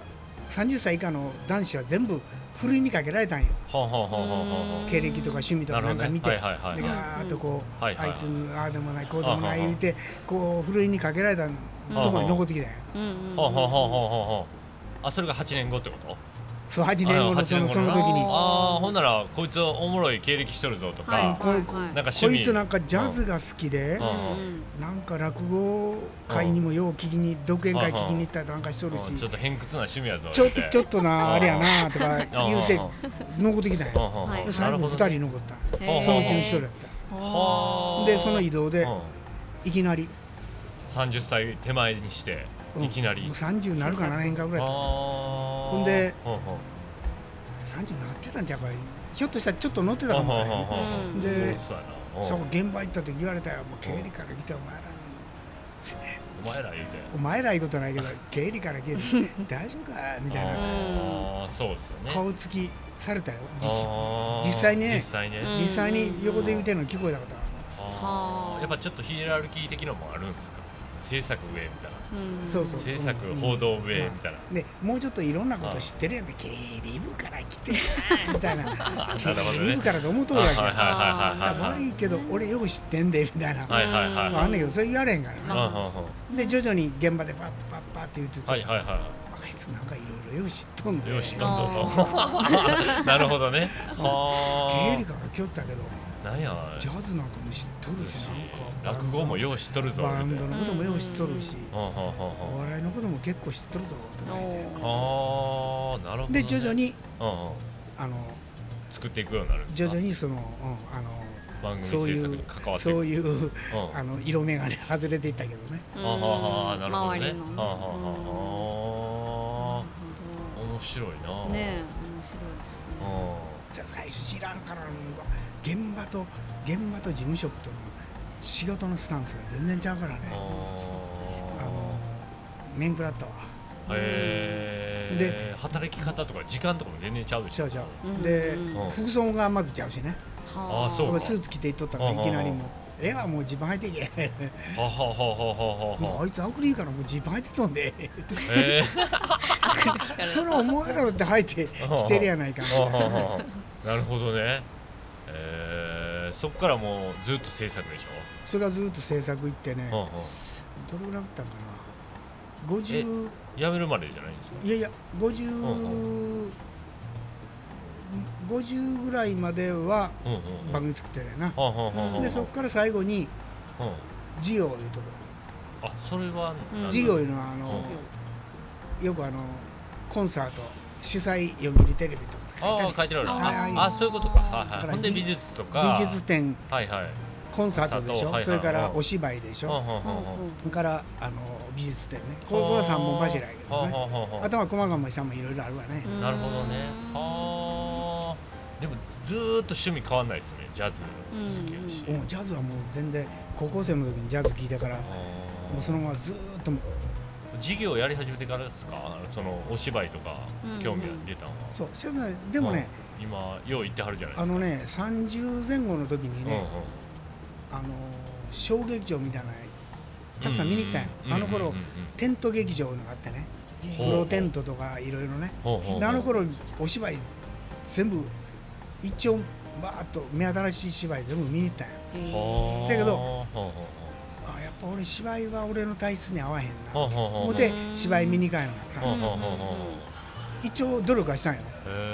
Speaker 2: 30歳以下の男子は全部ふるいにかけられたんよ
Speaker 1: ほんほんほんほんほんほん
Speaker 3: うん
Speaker 2: 経歴とか趣味とかなんか見て、
Speaker 1: なるほどねはいはいはい
Speaker 2: でガーッとこう、
Speaker 1: はいはい
Speaker 2: あいつああでもないこうでもな
Speaker 1: あ
Speaker 2: い
Speaker 1: はは
Speaker 2: 言うてこうふるいにかけられたとこに残ってきたんよ
Speaker 3: うんうんうん
Speaker 1: ほんほんほんほんほんほんあそれが8年後ってこと
Speaker 2: そう8年後
Speaker 1: あ
Speaker 2: の
Speaker 1: 八
Speaker 2: そ
Speaker 1: 年
Speaker 2: の
Speaker 1: 後
Speaker 2: そ
Speaker 1: の
Speaker 2: の
Speaker 1: な
Speaker 2: 時に
Speaker 1: ああほんならこいつはおもろい経歴しとるぞとか、
Speaker 3: はい
Speaker 2: こういう
Speaker 3: はい
Speaker 1: なんか趣
Speaker 2: こ
Speaker 1: 味
Speaker 2: いつなんかジャズが好き
Speaker 1: う、
Speaker 2: で
Speaker 3: うん
Speaker 2: なんか落語会にもよう聞きに独演会聞きに行ったりなんかしとるし
Speaker 1: うんちょっと偏屈な趣味やぞ
Speaker 2: ちょ
Speaker 1: って
Speaker 2: ちょっとなあれやなとか言うて
Speaker 1: うんうん
Speaker 2: 残ってきたんや
Speaker 1: うんうんうん
Speaker 3: はい
Speaker 2: で
Speaker 1: な
Speaker 2: 最
Speaker 1: る
Speaker 2: 後
Speaker 1: ほ
Speaker 2: 2
Speaker 1: どね
Speaker 2: 人残った
Speaker 3: うん
Speaker 1: ほんほんほん
Speaker 2: そのうちの1人だっ
Speaker 1: は
Speaker 2: た
Speaker 1: あ
Speaker 2: でその移動で
Speaker 1: うん
Speaker 2: いきなり
Speaker 1: 30歳手前にして
Speaker 2: うん
Speaker 1: いきなり、
Speaker 2: もう30になるかならへんかぐらいだっ
Speaker 1: ほ
Speaker 2: ほんで
Speaker 1: ほんほん
Speaker 2: た30になってたんちゃうかひょっとしたらちょっと乗ってたかもわからへん
Speaker 1: ほんほんほんほん
Speaker 2: で
Speaker 1: そうやなうん
Speaker 2: そこ現場行った時言われたよもう経理から来てお前ら
Speaker 1: お前ら言うて
Speaker 2: お前らいうことないけど経理から来て大丈夫かみたいな
Speaker 1: ああそうですよね
Speaker 2: 顔つきされたよ実
Speaker 1: あー
Speaker 2: 実際にね
Speaker 1: 実際ね、
Speaker 3: うん
Speaker 2: 実際に横で言うてるの聞こえたことある
Speaker 1: あ
Speaker 3: は
Speaker 1: ー
Speaker 3: あ
Speaker 1: やっぱちょっとヒエラルキー的のもあるんですか制作上みたいな
Speaker 3: うん
Speaker 2: そうそう
Speaker 1: 制作
Speaker 2: うん
Speaker 1: 報道上みたいな
Speaker 2: でもうちょっといろんなこと知ってるやんね経理部から来てなみたいな
Speaker 1: な
Speaker 2: 経
Speaker 1: るほどね
Speaker 2: 理部からと思うとる
Speaker 1: は
Speaker 2: わ
Speaker 1: いはいはい
Speaker 2: けあ
Speaker 1: はいはい
Speaker 2: 悪いけど俺よく知ってんでみたいな、
Speaker 1: はいはいはい
Speaker 2: まあ、あんねんけどそれ言われへんか
Speaker 1: う
Speaker 2: らなん
Speaker 1: うんうん
Speaker 2: で徐々に現場でパッパッパッって言ってて、
Speaker 1: はいはいは
Speaker 2: あいつなんかいろいろよく知っとん
Speaker 1: い
Speaker 2: で
Speaker 1: よしどうぞ
Speaker 3: あ
Speaker 1: と なるほどねは
Speaker 2: 経理から来よったけど
Speaker 1: あなんや
Speaker 2: ジャズなんかも知っとるしなんか
Speaker 1: 落語もよう知っとるぞ
Speaker 2: バ
Speaker 1: み
Speaker 2: ン
Speaker 1: た
Speaker 2: ド
Speaker 1: いな
Speaker 2: のこともよく知っとるし、
Speaker 1: うんうんうん
Speaker 2: お
Speaker 1: うん
Speaker 2: 笑いのことも結構知っとるぞとか言って
Speaker 1: あーなるほどね
Speaker 2: で徐々に
Speaker 1: うんうん
Speaker 2: あの
Speaker 1: 作っていくようになるんです
Speaker 2: 徐
Speaker 1: か
Speaker 2: 々にその、うん、あの
Speaker 1: 番組
Speaker 2: そう
Speaker 1: 制
Speaker 2: い
Speaker 1: 作
Speaker 2: う
Speaker 1: に関わってい
Speaker 2: そう
Speaker 1: く
Speaker 2: いう
Speaker 1: うん
Speaker 2: あの色眼鏡 外れていったけどね
Speaker 3: うん
Speaker 1: ああなるほど
Speaker 3: 周
Speaker 1: ね
Speaker 3: りの
Speaker 1: あ
Speaker 3: ね
Speaker 1: あ
Speaker 3: うん
Speaker 1: 面白いな
Speaker 3: ねえ面
Speaker 1: う
Speaker 3: 白い
Speaker 1: ん
Speaker 2: さ最初知らんからもう現場と現場と事務職との仕事のスタンスが全然ちゃうからねあの
Speaker 1: あ
Speaker 2: 面食らったわ
Speaker 1: ーへえ働き方とか時間とかも全然ちゃうでし
Speaker 2: ちゃ
Speaker 1: ょ
Speaker 2: うちゃ
Speaker 3: うんうん
Speaker 2: うで
Speaker 1: うん
Speaker 2: 服装がまずちゃうしね
Speaker 3: は
Speaker 1: あそう
Speaker 2: 俺
Speaker 1: か
Speaker 2: スーツ着ていっとったからいきなり
Speaker 1: うんうん
Speaker 2: もう「ええわもうジーパン履いていけ」
Speaker 1: ははははは
Speaker 2: もう
Speaker 1: は
Speaker 2: あいつアクリルからもうジーパン履いてきとんで
Speaker 1: へえ
Speaker 2: それお前らだって履いてきてるやないかみたいな
Speaker 1: あーなるほどねえーそっからもうずっと制作でし
Speaker 2: それがずっと制作行ってね
Speaker 1: ょ
Speaker 2: どれぐらいだったんかな50
Speaker 1: うんうん辞めるまでじゃないんですか
Speaker 2: いやいや
Speaker 1: うん
Speaker 2: 50 50ぐらいまでは
Speaker 1: うんうんうん
Speaker 2: 番組作ってたよな
Speaker 1: はあはあはあはあ
Speaker 2: でそっから最後に
Speaker 1: うん
Speaker 2: ジオいうとこ
Speaker 1: あそれは
Speaker 3: うん
Speaker 1: 何
Speaker 2: ジオいうのはあ
Speaker 1: う
Speaker 2: の
Speaker 1: ん
Speaker 2: よくあのコンサート主催読売テレビとか書いてあ
Speaker 1: あ
Speaker 2: る
Speaker 1: あ書いてある
Speaker 2: はいはい
Speaker 1: ああそういうことかはい
Speaker 2: だ
Speaker 1: は
Speaker 2: か
Speaker 1: い
Speaker 2: ら
Speaker 1: ほんで
Speaker 2: じ
Speaker 1: 美術とか
Speaker 2: 美術展
Speaker 1: はいはい
Speaker 2: コンサートでし
Speaker 1: コンサートはいは
Speaker 2: ょ
Speaker 1: い
Speaker 2: それからお芝居でし
Speaker 1: はあ
Speaker 2: ょ
Speaker 1: はあはあはあ
Speaker 2: それからあの美術展ねこれは三本柱やけどね
Speaker 1: はあはあはあ
Speaker 2: 頭細かも下もいろいろあるわね
Speaker 1: なるほどね
Speaker 3: あ
Speaker 1: はあでもずーっと趣味変わんないですねジャズ好きやし
Speaker 2: もうジャズはもう全然高校生の時にジャズ聴いたからも
Speaker 1: あー
Speaker 2: うそのままずーっと
Speaker 1: 授業やり始めてからですかそのお芝居とか
Speaker 3: うん
Speaker 1: 興味が出たのは
Speaker 2: そうそれなでもね
Speaker 1: うん今よう言ってはるじゃないで
Speaker 2: あ
Speaker 1: すか
Speaker 2: のね30前後の時に
Speaker 1: うんうん
Speaker 2: ねあの小劇場みたいなのたくさん見に行ったんや
Speaker 1: うんうん
Speaker 2: あの
Speaker 1: うん
Speaker 2: 頃
Speaker 1: うんうん
Speaker 2: テント劇場のがあってね
Speaker 1: ほう
Speaker 2: プロテントとかいろいろね
Speaker 1: ほうほうほう
Speaker 2: であの頃お芝居全部一応バーッと目新しい芝居全部見に行ったんや
Speaker 1: はあ
Speaker 2: だけど
Speaker 1: ほうほうほ
Speaker 2: あやっぱ俺芝居は俺の体質に合わへん
Speaker 1: うほう
Speaker 2: な
Speaker 1: ほうほ
Speaker 2: 思
Speaker 1: う
Speaker 2: って芝居見に行かんようになったん
Speaker 1: ほ
Speaker 2: や
Speaker 1: うほうほうほう
Speaker 2: 一応努力はしたんよ
Speaker 3: そうなん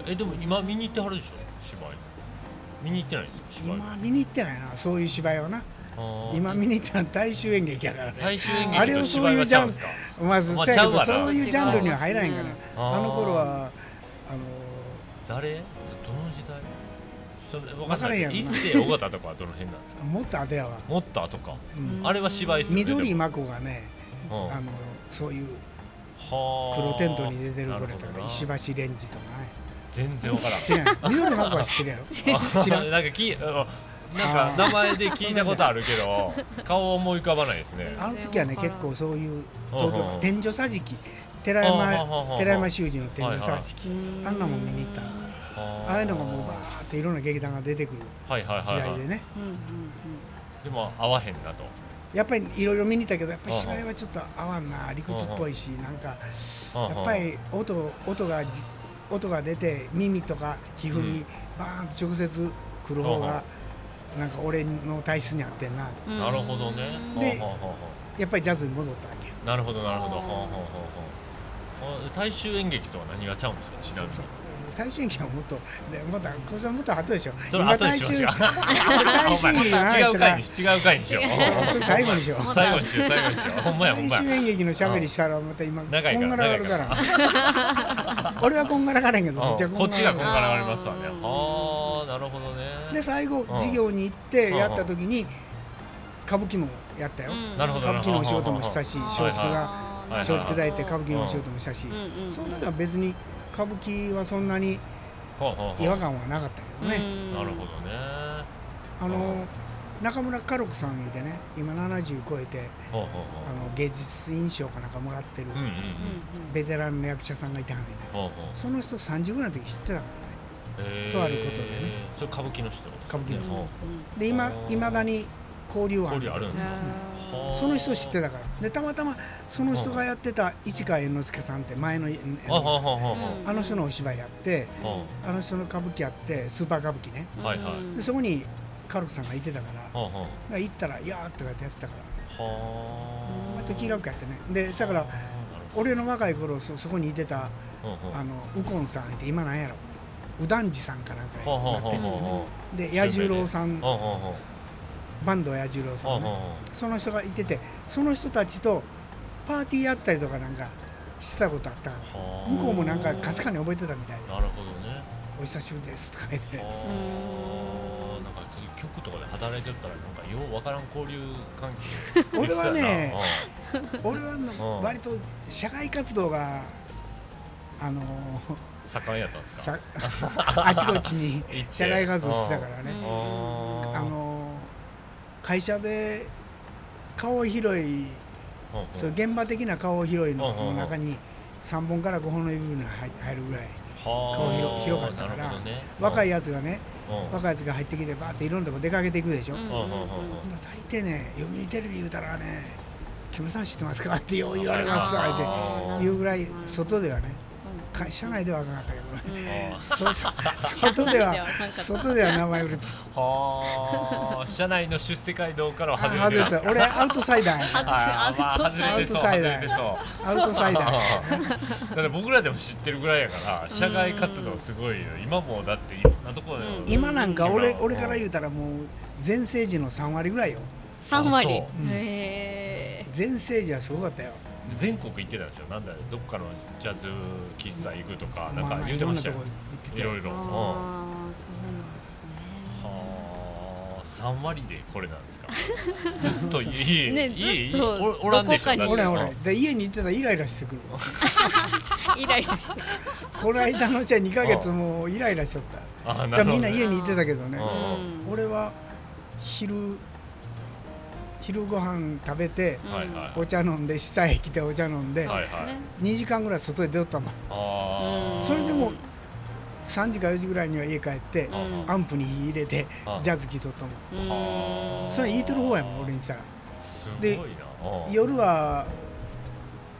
Speaker 1: へ
Speaker 3: だ
Speaker 1: えでも今見に行ってはるでしょ芝居見に行ってないんですか芝居
Speaker 2: 今見に行ってないなそういう芝居はな
Speaker 1: あー
Speaker 2: 今見に行ったのは大衆演劇やからね
Speaker 1: 大衆演
Speaker 3: あ
Speaker 1: 劇と
Speaker 3: れ
Speaker 2: をそう
Speaker 1: 芝居
Speaker 2: い
Speaker 1: は
Speaker 2: う
Speaker 1: ち
Speaker 2: ジ
Speaker 1: ゃ
Speaker 2: ャ
Speaker 1: うん
Speaker 2: ン
Speaker 1: ですか
Speaker 2: まず
Speaker 1: まあ
Speaker 2: せや
Speaker 1: ち
Speaker 2: けど
Speaker 1: ゃうわな
Speaker 2: そういうジャンルには入らへんか
Speaker 3: 違う
Speaker 2: ら
Speaker 1: あー
Speaker 2: あの頃はあの
Speaker 1: 誰どの時代それ分
Speaker 2: わからへんやろな
Speaker 1: 一世尾形とかはどの辺なん ですか
Speaker 2: もっとあてやわ、
Speaker 1: もっと後か
Speaker 2: うん
Speaker 1: あれは芝居ですよね
Speaker 2: 緑
Speaker 1: でも
Speaker 2: 真子がね
Speaker 1: うん
Speaker 2: あのそういう
Speaker 1: はあ
Speaker 2: 黒テントに出てるぐらい
Speaker 1: な
Speaker 2: か
Speaker 1: ほど
Speaker 2: ら
Speaker 1: な
Speaker 2: 石橋レンジとかね
Speaker 1: 全然分からん
Speaker 2: 知らん緑真子は知ってる やろ 知らん
Speaker 1: なんかきうんなんか名前で聞いたことあるけ ど顔は思い浮かばないですね
Speaker 2: あの時はね結構そういう東
Speaker 1: うんうんう
Speaker 2: 京
Speaker 1: ん
Speaker 2: 天井桟敷寺
Speaker 1: うんうんうんうん
Speaker 2: 山寺山修司の天井桟敷あ
Speaker 3: あ
Speaker 2: んなもん見に行ったああいうのがもうバ
Speaker 1: は
Speaker 2: ーっていろんな劇団が出てくる
Speaker 1: いはい
Speaker 2: 時
Speaker 1: はい
Speaker 2: 代
Speaker 1: は
Speaker 2: で
Speaker 1: い
Speaker 2: ね
Speaker 3: うんうん
Speaker 1: でも合わへんなと
Speaker 2: やっぱりいろいろ見に行ったけどやっぱり
Speaker 1: うんうん
Speaker 2: 芝居はちょっと合わんな理屈っぽいしなんか
Speaker 1: うんうん
Speaker 2: やっぱり音音がじ音が出て耳とか皮膚
Speaker 1: う
Speaker 2: に
Speaker 1: ん
Speaker 2: バーンと直接来る方がなんか俺の体質に合ってんなと
Speaker 3: うん
Speaker 1: なるほどね。
Speaker 2: で
Speaker 1: ほうほうほうほ
Speaker 2: やっぱりジャズに戻ったわけよ
Speaker 1: うなるほどなるほど。
Speaker 3: あー
Speaker 1: ほうほうほうほうあ大衆演劇とは何がちゃうんですかちなみに。
Speaker 2: そう最終演はもっとでまたこれさもっと後でしょ
Speaker 1: それ後にしましょう。
Speaker 2: 大
Speaker 1: ほん
Speaker 2: 衆
Speaker 1: ま
Speaker 2: 演劇の
Speaker 1: や違
Speaker 2: 話
Speaker 1: う
Speaker 2: が
Speaker 1: 回にし違う回にしよう。
Speaker 3: 違
Speaker 1: ほ
Speaker 3: う
Speaker 1: んま
Speaker 2: それ最後にしよう
Speaker 1: ほんま や最後にしよう最後にしよう。ほんまやほん
Speaker 2: 大
Speaker 1: ま
Speaker 2: 衆
Speaker 1: や。
Speaker 2: 演劇のしゃべりしたらまた今こんが
Speaker 1: 長いから
Speaker 2: らがるから 俺はこんがらがれんけどそっち
Speaker 1: う
Speaker 2: は
Speaker 1: んこっちがこん
Speaker 2: ら
Speaker 1: がらがりますわね。
Speaker 3: あー
Speaker 1: ああなるほど
Speaker 2: で
Speaker 1: ね。
Speaker 2: 最
Speaker 1: う
Speaker 2: 後
Speaker 1: ん
Speaker 2: 授業に行ってやった時に歌舞伎もやったよ
Speaker 3: うん
Speaker 1: なるほど
Speaker 2: 歌舞伎のお仕事もしたし
Speaker 3: あー
Speaker 2: 松竹が
Speaker 3: あー
Speaker 1: はいはい
Speaker 2: 松竹大って歌舞伎のお仕事もしたし
Speaker 3: うんうんうん
Speaker 2: その時は別に歌舞伎はそんなに
Speaker 1: ほうほうほう
Speaker 2: 違和感はなかったけどね
Speaker 3: うん
Speaker 1: なるほどね。
Speaker 2: あ
Speaker 1: う
Speaker 2: の中村家六さん言うてね今70超えて
Speaker 1: ほうほうほ
Speaker 2: あの芸術院賞かなんかもらってる
Speaker 1: う。うんうんう
Speaker 3: う
Speaker 1: ん。
Speaker 3: ん
Speaker 2: ベテランの役者さんがいてはんねんな
Speaker 1: ほうほう。
Speaker 2: その人30ぐらいの時知ってたからね
Speaker 1: へー
Speaker 2: とあることでね
Speaker 1: それ歌舞伎の人ってこと
Speaker 2: 歌舞伎の
Speaker 1: ですね
Speaker 3: うん
Speaker 2: で今
Speaker 1: あー
Speaker 2: いまだに交流は
Speaker 1: 交流あるんですか
Speaker 3: あ
Speaker 1: は
Speaker 2: その人知ってたからでたまたまその人がやってた市川猿之助さんって前の猿之助
Speaker 1: あはははは
Speaker 3: うん
Speaker 2: あの人のお芝居やって
Speaker 1: は
Speaker 2: あの人の歌舞伎やってスーパー歌舞伎ね
Speaker 3: ー
Speaker 1: はいはい
Speaker 3: うん
Speaker 2: でそこにカルクさんがいてたからだか
Speaker 1: ははは
Speaker 2: ら行ったら「いやー」って言ってやってたか
Speaker 1: は
Speaker 2: ら
Speaker 3: うん
Speaker 2: 割と気楽やってねでだから俺の若い頃そそこにいてたあの右近さんいて今なんやろ右團次さんかなんか
Speaker 1: ははは
Speaker 2: やってんの
Speaker 1: は
Speaker 2: で彌十郎さん
Speaker 1: ははは
Speaker 2: バンド彌十郎さんねその人がいててその人たちとパーティーやったりとかなんかしてたことあったから
Speaker 1: は
Speaker 2: 向こうもなんかかすかに覚えてたみたいで
Speaker 1: なるほどね
Speaker 2: 「お久しぶりです」とか言って
Speaker 1: はーなんか局とかで働いてたらなんかようわからん交流関係
Speaker 2: 俺はね
Speaker 1: で
Speaker 2: 俺はな
Speaker 1: うん
Speaker 2: 割と社会活動があの
Speaker 1: したなうん盛んやったんですか
Speaker 2: さ あちこちに
Speaker 1: 行って
Speaker 2: 社会活動してたから
Speaker 3: うん
Speaker 2: ね
Speaker 1: はー
Speaker 2: あの会社で顔広い
Speaker 1: ほうほう
Speaker 2: そう現場的な顔広いの
Speaker 1: うんうんうん
Speaker 2: の中に3本から5本の指が入入るぐらい顔
Speaker 1: はー
Speaker 2: 広広かったから
Speaker 1: なるほどね
Speaker 2: 若いやつがね
Speaker 1: うんうん
Speaker 2: 若いやつが入ってきてバーっていろんなとこ出かけていくでしょ、
Speaker 3: うん
Speaker 1: うんうんうん
Speaker 2: 大抵ね読売テレビ言うたらね「木村さん知ってますか?」ってよう言われますわ
Speaker 1: あ
Speaker 2: っ
Speaker 1: ー
Speaker 2: て言うぐらい外ではね
Speaker 3: うん
Speaker 2: 会社内ではあかんかったけどね
Speaker 3: うん
Speaker 1: あ
Speaker 2: そうそう外では
Speaker 3: 社内ではあかんかった
Speaker 2: 外では名前売れて
Speaker 1: はあ、社内の出世街道からは外
Speaker 2: 外
Speaker 1: れ
Speaker 2: れ
Speaker 1: てる。
Speaker 2: た俺アウトサイダーや
Speaker 1: あーまあ外
Speaker 2: ア
Speaker 1: れ
Speaker 2: ウ
Speaker 1: て
Speaker 2: ト
Speaker 1: そう、
Speaker 2: サ
Speaker 1: 外
Speaker 2: イ
Speaker 1: れ
Speaker 2: ダー
Speaker 1: てそう。
Speaker 2: アウトサイダー
Speaker 1: あーだから僕らでも知ってるぐらいやから、社外活動すごいよ。今もだっていろんなところで。
Speaker 3: うん
Speaker 2: 今なんか俺
Speaker 1: うん
Speaker 2: 俺から言うたらもう全盛時の3割ぐらいよ
Speaker 3: 三割
Speaker 1: あそ
Speaker 2: うん
Speaker 3: へえ
Speaker 2: 全盛時はすごかったよ
Speaker 1: 全国行ってたんですよ。なんだよどっかのジャズ喫茶行くとか、なんか
Speaker 2: まあまあ
Speaker 1: 言っ
Speaker 2: い
Speaker 1: て
Speaker 2: ろ
Speaker 1: ま
Speaker 2: ん
Speaker 1: し
Speaker 2: な
Speaker 1: たよ
Speaker 2: とこ。行って
Speaker 1: い
Speaker 2: て
Speaker 1: ろいろ。うんは
Speaker 3: ああそうなん
Speaker 1: あ、
Speaker 3: で
Speaker 1: 三割でこれなんです か。ずっと家、
Speaker 3: ね
Speaker 1: 家、
Speaker 3: ずっと
Speaker 1: おおらんでしょ。
Speaker 3: どこかに
Speaker 2: 俺
Speaker 1: だっ
Speaker 2: 俺
Speaker 1: て
Speaker 2: で家に行ってたらイライラしてくる
Speaker 3: すねイライラしてる
Speaker 2: この間のじゃ2ヶ月もうイライラしちゃった
Speaker 1: あー
Speaker 2: だ
Speaker 1: な
Speaker 2: から
Speaker 1: るほ
Speaker 2: み
Speaker 1: ど
Speaker 2: んな
Speaker 1: ね
Speaker 2: 家にいてたけどね
Speaker 1: う、
Speaker 3: うん
Speaker 2: 俺は昼昼ご飯食べて
Speaker 3: うん
Speaker 1: はいはい。
Speaker 2: お茶飲んで下へ来てお茶飲んで、
Speaker 1: はいはい
Speaker 2: 2時間ぐらい外へ出とったもん
Speaker 1: ああ。
Speaker 2: それでも3時か4時ぐらいには家帰って、
Speaker 1: あうん
Speaker 2: アンプに火入れて
Speaker 1: あ
Speaker 2: ジャズ聴いとったもん
Speaker 1: はあ
Speaker 2: それ言いとる方やもん俺にしたら
Speaker 1: すごい
Speaker 2: で
Speaker 1: な。うん
Speaker 2: 夜は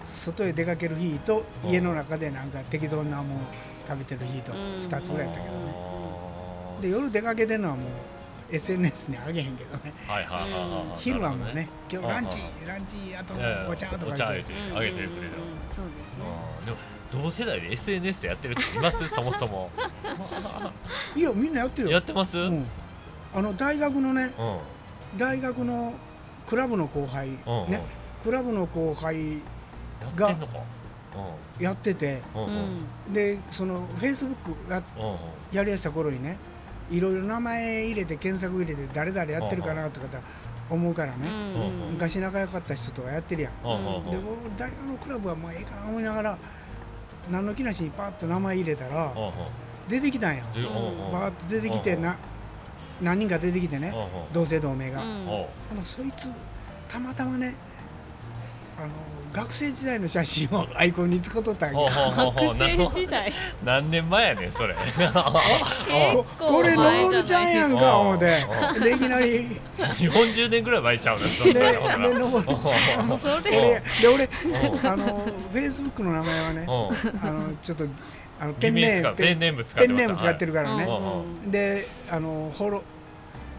Speaker 2: 外へ出かける日と家の中でなんか適当なもん食べてる日と
Speaker 3: うん
Speaker 2: 2つぐらいやったけどね
Speaker 1: あー
Speaker 2: で夜出かけてるのはもう SNS にあげへんけどね
Speaker 1: はいはいはいはいはい。
Speaker 2: 昼はもうね今日ランチ
Speaker 1: あ
Speaker 2: ランチあと
Speaker 1: なるほどね。
Speaker 2: お茶と
Speaker 1: お
Speaker 2: か
Speaker 1: 茶あげ
Speaker 2: 言ってて
Speaker 1: あげてくれる
Speaker 3: う。んうんうんそうですね
Speaker 1: あーでも同世代で SNS でやってる人いますそもそ も。
Speaker 2: いやみんなやってる
Speaker 1: や
Speaker 2: よ
Speaker 1: ってます？う。
Speaker 2: うんんあの大学のね
Speaker 1: うん
Speaker 2: 大学のクラブの後輩
Speaker 1: うん。
Speaker 2: ねクラブの後輩
Speaker 1: やって
Speaker 2: が
Speaker 1: んのか。
Speaker 2: やってて
Speaker 1: うんうんうん
Speaker 2: でそのフェイスブックや
Speaker 1: うんうん。
Speaker 2: やりやした頃にねいろいろ名前入れて検索入れて誰々やってるかなとかだ思うからね
Speaker 3: うんうんうん
Speaker 2: 昔仲良かった人とかやってるやん
Speaker 1: うんうんうん
Speaker 2: でも大学のクラブはもうええかな思いながら何の気なしにパッと名前入れたら
Speaker 1: うんうん
Speaker 2: 出てきたんよ
Speaker 1: でうんうん。
Speaker 2: バーッと出てきて
Speaker 1: うん
Speaker 2: な何人か出てきてね
Speaker 1: うんうん
Speaker 2: 同姓同名が、
Speaker 3: う
Speaker 1: うんん。おう
Speaker 2: ほなそいつたまたまねあの学生時代の写真をアイコンに使っとったんや
Speaker 1: ほうほうほうほう
Speaker 3: 学生時代
Speaker 1: 何年前やねんそれ
Speaker 2: ここれ
Speaker 3: 前
Speaker 2: の
Speaker 3: じゃないです
Speaker 2: るちゃんや
Speaker 3: か
Speaker 2: んか思うて
Speaker 1: う
Speaker 2: でいきなり
Speaker 1: 40年ぐらい前ちゃうねそ
Speaker 2: で
Speaker 1: ん
Speaker 2: で
Speaker 1: なのほら
Speaker 2: 登るちゃん
Speaker 3: それ
Speaker 2: 俺で俺
Speaker 1: うん
Speaker 2: あのフェイスブックの名前はね
Speaker 1: うん
Speaker 2: あのちょっとあの
Speaker 1: ペ
Speaker 2: ペ
Speaker 1: ン
Speaker 2: ン
Speaker 1: ネ
Speaker 2: ネ
Speaker 1: ーム
Speaker 2: ー
Speaker 1: ペン
Speaker 2: ム
Speaker 1: ネーム使っ
Speaker 2: ペ
Speaker 1: て
Speaker 2: ン
Speaker 1: まし
Speaker 2: ネ
Speaker 1: た
Speaker 2: ーム使ってるから
Speaker 1: は
Speaker 2: ね
Speaker 1: い
Speaker 2: であのフォロ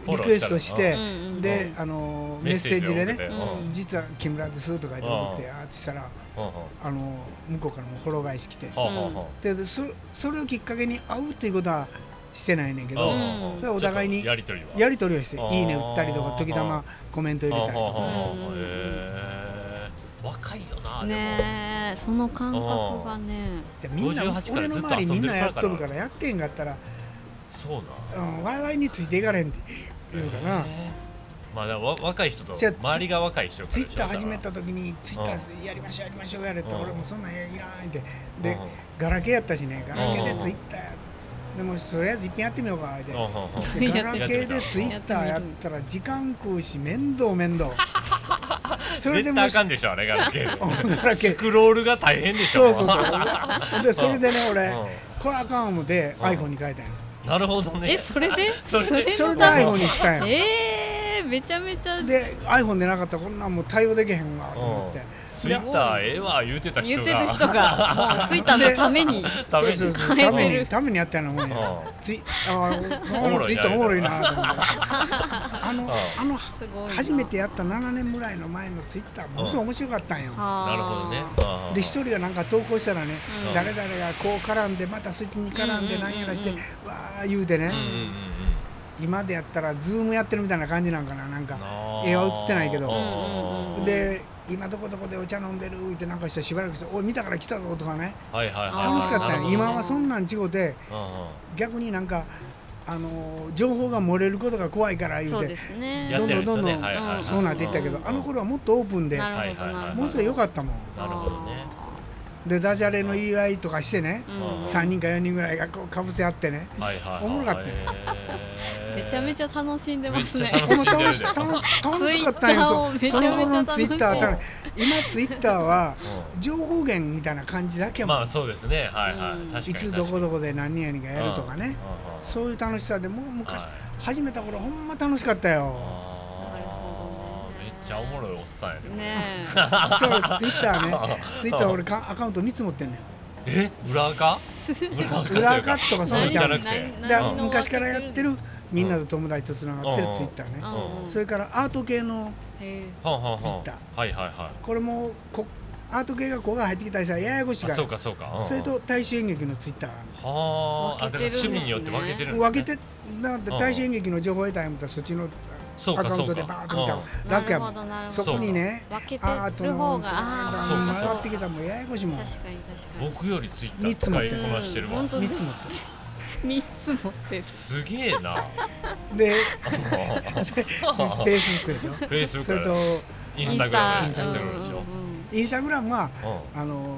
Speaker 1: フォロ
Speaker 2: リ
Speaker 1: ー
Speaker 2: クエストし
Speaker 1: したら
Speaker 2: て
Speaker 3: うんうんうん
Speaker 2: であの
Speaker 1: うん
Speaker 2: メッセージで
Speaker 1: メッセー
Speaker 2: ね
Speaker 1: ジを送って
Speaker 2: 「実は木村です」とか言って送ってあーってしたら
Speaker 1: うんうんうん
Speaker 2: あの向こうからもフォロー返し来て
Speaker 1: ほうほうほ
Speaker 2: ででそそれをきっかけに会うっていうことはしてないねんけど
Speaker 1: う
Speaker 3: うん
Speaker 1: うんうん
Speaker 2: でお互いに
Speaker 1: ちょっとやりとりは
Speaker 2: やり取りをして
Speaker 1: あー
Speaker 2: 「いいね」打ったりとか時たまコメント入れたり
Speaker 1: ほうほう
Speaker 2: と
Speaker 1: ほうほう
Speaker 3: うんうんうん
Speaker 1: へー若いよなでも
Speaker 3: ねえその感覚がね
Speaker 2: かじゃあみんな
Speaker 1: 58
Speaker 2: 俺の周り
Speaker 1: からずっと遊んでる
Speaker 2: みんなやっとる
Speaker 1: か
Speaker 2: かららやってんかったら
Speaker 1: そうな
Speaker 2: うんワイワイについていかれへんって言うかな
Speaker 1: へーまあでもわ若い人と
Speaker 2: じゃあ
Speaker 1: 周りが若い人から
Speaker 2: ツイ
Speaker 1: でしょ
Speaker 2: ッター始め
Speaker 1: だ
Speaker 2: た時にツイッターやりましょうやりましょうやれって
Speaker 1: うん
Speaker 2: 俺もそんなんいらんって
Speaker 1: から
Speaker 2: で
Speaker 1: うんうん
Speaker 2: ガラケーやったしねガラケー
Speaker 1: うん
Speaker 2: でツイッターやでもとりあえず一品やってみようかって
Speaker 1: うんうんうん
Speaker 2: でガラケーでツイッター
Speaker 3: や
Speaker 2: や
Speaker 3: っ
Speaker 2: って
Speaker 3: みる
Speaker 2: たら時間食うし面倒面 倒それで
Speaker 1: 絶
Speaker 2: も
Speaker 1: 対あ
Speaker 2: し
Speaker 1: かんでしょあれガラ ケー
Speaker 2: うんガラ
Speaker 1: で
Speaker 2: ケ
Speaker 1: ス
Speaker 2: ー
Speaker 1: クロールが大変でし
Speaker 2: そ
Speaker 1: ょ
Speaker 2: うそう
Speaker 1: も
Speaker 2: そうでそれでね俺
Speaker 1: う
Speaker 2: これあかん思て
Speaker 1: うん
Speaker 2: iPhone に変えたんや
Speaker 1: ん なるほどね
Speaker 3: えそれで
Speaker 1: それで
Speaker 3: で
Speaker 2: それで iPhone にしたんや
Speaker 3: ええめちゃめちゃ
Speaker 2: で iPhone でなかったらこんなんもう対応できへんわと思って
Speaker 1: ツイッターええわ言うてた
Speaker 3: 言
Speaker 1: 人
Speaker 3: っ
Speaker 1: が
Speaker 3: てる 人がもうツイッターのために
Speaker 1: ために
Speaker 2: そうそうそう
Speaker 3: 変
Speaker 2: た
Speaker 3: えて
Speaker 2: め
Speaker 3: る
Speaker 2: にためにやったようなもんや
Speaker 1: うん
Speaker 2: ツイあー
Speaker 1: おもろいな
Speaker 2: 俺もツイッターおもろいなと思ってあの
Speaker 1: ん
Speaker 2: あの
Speaker 3: すごいな
Speaker 2: 初めてやった7年ぐらいの前のツイッターものすごい面白かったんよ
Speaker 1: なるほどねあー
Speaker 2: で一人がなんか投稿したらね、
Speaker 1: うん
Speaker 2: 誰々がこう絡んでまたそっちに絡ん
Speaker 3: う
Speaker 2: で
Speaker 3: ん
Speaker 2: なんやらして、
Speaker 3: うん
Speaker 2: わー言うてね、
Speaker 1: うんうんうん
Speaker 2: 今でやったらズームやってるみたいな感じなんかなな
Speaker 1: う
Speaker 2: ん
Speaker 1: ん
Speaker 2: か、
Speaker 1: あー
Speaker 2: 絵は映ってないけど
Speaker 1: うんうんうん
Speaker 2: で今どこどこでお茶飲んでるってなんかしてしばらくして「おい見たから来たぞ」とかね
Speaker 1: はいはいはい
Speaker 2: 楽しかったん
Speaker 1: な
Speaker 2: や
Speaker 1: るほどね
Speaker 2: 今はそんなんちごで
Speaker 1: うんうん
Speaker 2: 逆になんかあのー情報が漏れることが怖いから言
Speaker 3: そうう
Speaker 2: て
Speaker 3: ですね
Speaker 1: やってるんですよね
Speaker 2: どんどんどんどん
Speaker 1: はいはいはい
Speaker 2: そうなっていったけど、
Speaker 1: うん
Speaker 2: あの頃はもっとオープンで
Speaker 3: なるほど
Speaker 1: はいはい
Speaker 3: な
Speaker 1: はい
Speaker 3: る
Speaker 2: ものすごい良かったもん
Speaker 1: なるほどね
Speaker 2: でダジャレの言い合いとかしてね、
Speaker 3: あーうん
Speaker 2: 3人か4人ぐらいがこうかぶせ合ってね
Speaker 1: はいはいはい
Speaker 2: おもろかったよ
Speaker 1: へー
Speaker 3: めちゃめちゃ楽しんでます
Speaker 1: めっち
Speaker 3: ね
Speaker 1: ゃ楽
Speaker 2: ほんま
Speaker 1: しんで
Speaker 2: 楽
Speaker 1: る
Speaker 2: し
Speaker 1: で
Speaker 2: 楽し楽しかったん
Speaker 3: ツイッター
Speaker 2: よ
Speaker 3: を
Speaker 2: そ
Speaker 3: め
Speaker 2: う
Speaker 3: ちゃ
Speaker 2: その
Speaker 3: めちゃ
Speaker 2: 頃のツイッターは多分
Speaker 1: 楽し
Speaker 2: 今ツイッターは
Speaker 1: う
Speaker 2: 情報源みたいな感じだけや
Speaker 1: ん
Speaker 2: もん、
Speaker 1: まあそうですねはいは
Speaker 3: うん
Speaker 1: い確かに
Speaker 2: いつどこ
Speaker 1: で
Speaker 2: どこで何々がやるとかねそういう楽しさでもう昔、
Speaker 1: はい
Speaker 2: 始めた頃ほんま楽しかった よ
Speaker 3: なる
Speaker 1: あー
Speaker 3: ほどね
Speaker 1: めっちゃおもろいおっさんやね
Speaker 3: ね
Speaker 2: そうツイッターねツイッター
Speaker 1: うん
Speaker 2: 俺かアカウント3つ持ってんのよ
Speaker 1: え裏垢裏垢
Speaker 2: 裏垢とか
Speaker 3: え
Speaker 2: そう
Speaker 1: なん
Speaker 2: じ
Speaker 1: じゃ
Speaker 2: ゃ
Speaker 1: な
Speaker 2: な
Speaker 1: く
Speaker 2: く
Speaker 1: て
Speaker 2: で
Speaker 3: 何何の
Speaker 2: 昔からやって
Speaker 3: う
Speaker 2: る
Speaker 3: ん
Speaker 2: みんなと友達とつながってる
Speaker 1: うん
Speaker 2: ツイッターね
Speaker 1: うん
Speaker 2: それからアート系の
Speaker 3: へー
Speaker 1: はんはんはん
Speaker 2: ツイッター
Speaker 1: はいはいは
Speaker 2: これもこアート系がここが入ってきたりさややこし
Speaker 1: い
Speaker 2: いか
Speaker 1: あそう
Speaker 2: ら
Speaker 1: かそうかうん
Speaker 2: それと大衆演劇のツイッターがある
Speaker 1: はああだから
Speaker 3: 分け
Speaker 1: 趣
Speaker 3: てるんですね
Speaker 1: 味によって分けてるんですね
Speaker 2: 分けてなんで
Speaker 1: うん
Speaker 2: 大衆演劇の情報得たい思ったらそっちの
Speaker 1: そうか
Speaker 2: アカウントで
Speaker 1: そうか
Speaker 2: バーッと見たら
Speaker 3: うん
Speaker 2: 楽やも
Speaker 3: なるほどな
Speaker 2: ん
Speaker 3: るほ
Speaker 2: そ
Speaker 1: ど
Speaker 2: こにね
Speaker 3: 分けて
Speaker 2: アート
Speaker 3: る
Speaker 2: の
Speaker 3: 方
Speaker 2: と
Speaker 3: が
Speaker 2: か
Speaker 3: あ
Speaker 1: そう
Speaker 3: ー
Speaker 1: かそう
Speaker 2: 回ってきたらもうややこしいもん
Speaker 3: 確かに確かに
Speaker 1: 僕よりツイッタ
Speaker 2: 三
Speaker 1: ー
Speaker 2: つ持っ
Speaker 1: 使い
Speaker 2: てる
Speaker 1: こなしてるわ
Speaker 3: うん本当
Speaker 2: 3つ持って
Speaker 3: 三つ持ってる
Speaker 1: すげえな
Speaker 2: るで
Speaker 1: フ
Speaker 2: フェイスブックでしょ
Speaker 1: ェイスブ
Speaker 2: それ
Speaker 1: ック
Speaker 2: と
Speaker 1: インスタグラム
Speaker 3: インスタ
Speaker 1: インスタグラムでしょ
Speaker 3: うんうんうん
Speaker 2: インスタグラムは
Speaker 1: うん
Speaker 2: あの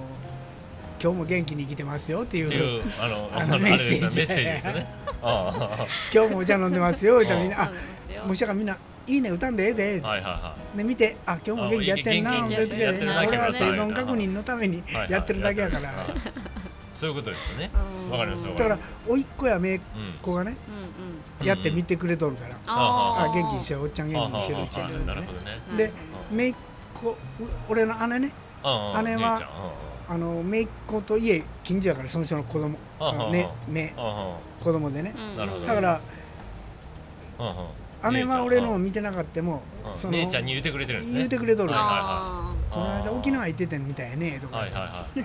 Speaker 2: 今日も元気に生きてますよって
Speaker 1: って
Speaker 2: い
Speaker 1: いううあの
Speaker 2: あの
Speaker 1: あの
Speaker 2: メッセージ
Speaker 1: あれですねメッセージですね。あ
Speaker 2: 今日もお茶飲んでますよってみんな
Speaker 3: あ
Speaker 2: あ、もしやからみんないいね歌んでええで
Speaker 1: あはいはいは
Speaker 2: で見てあ今日も元気やってんな
Speaker 1: あ
Speaker 2: ほんで
Speaker 3: 元気やってるな
Speaker 2: 俺は生
Speaker 3: やって
Speaker 1: る
Speaker 2: 存
Speaker 1: な
Speaker 2: 確認のために
Speaker 1: いはい。
Speaker 2: やってるだけやから
Speaker 1: はいはいそういうことですよね。
Speaker 3: うん
Speaker 1: わかりますわか
Speaker 2: だか
Speaker 1: りま
Speaker 2: ら
Speaker 1: す。
Speaker 2: 甥っ子や姪っ
Speaker 1: うん
Speaker 2: 子がね
Speaker 3: うんうん
Speaker 1: うん
Speaker 2: やって見てくれとるから
Speaker 1: あ
Speaker 2: あ元気にして
Speaker 3: よ
Speaker 2: るおっちゃん
Speaker 1: あは
Speaker 2: 元気
Speaker 1: は
Speaker 2: にしてるして
Speaker 1: は
Speaker 2: るん
Speaker 1: な
Speaker 2: で
Speaker 1: る
Speaker 2: ね
Speaker 1: ほどね。
Speaker 2: で
Speaker 1: うん
Speaker 2: 姪っ子う俺の姉ね
Speaker 1: ああ
Speaker 2: 姉はあの姪っ子と家近所やからその人の子供
Speaker 1: あはは
Speaker 2: ね姪
Speaker 1: あ
Speaker 2: 子供でね
Speaker 1: なるほど
Speaker 2: だから
Speaker 1: あはは
Speaker 2: 姉は俺のを
Speaker 1: うん
Speaker 2: 見てなかったもその
Speaker 1: 姉ちゃんに言ってくれてるんですね。
Speaker 2: 言うてくれとる
Speaker 1: はいはい
Speaker 2: この間沖縄行ってたみたいやねと
Speaker 1: はいはい
Speaker 2: か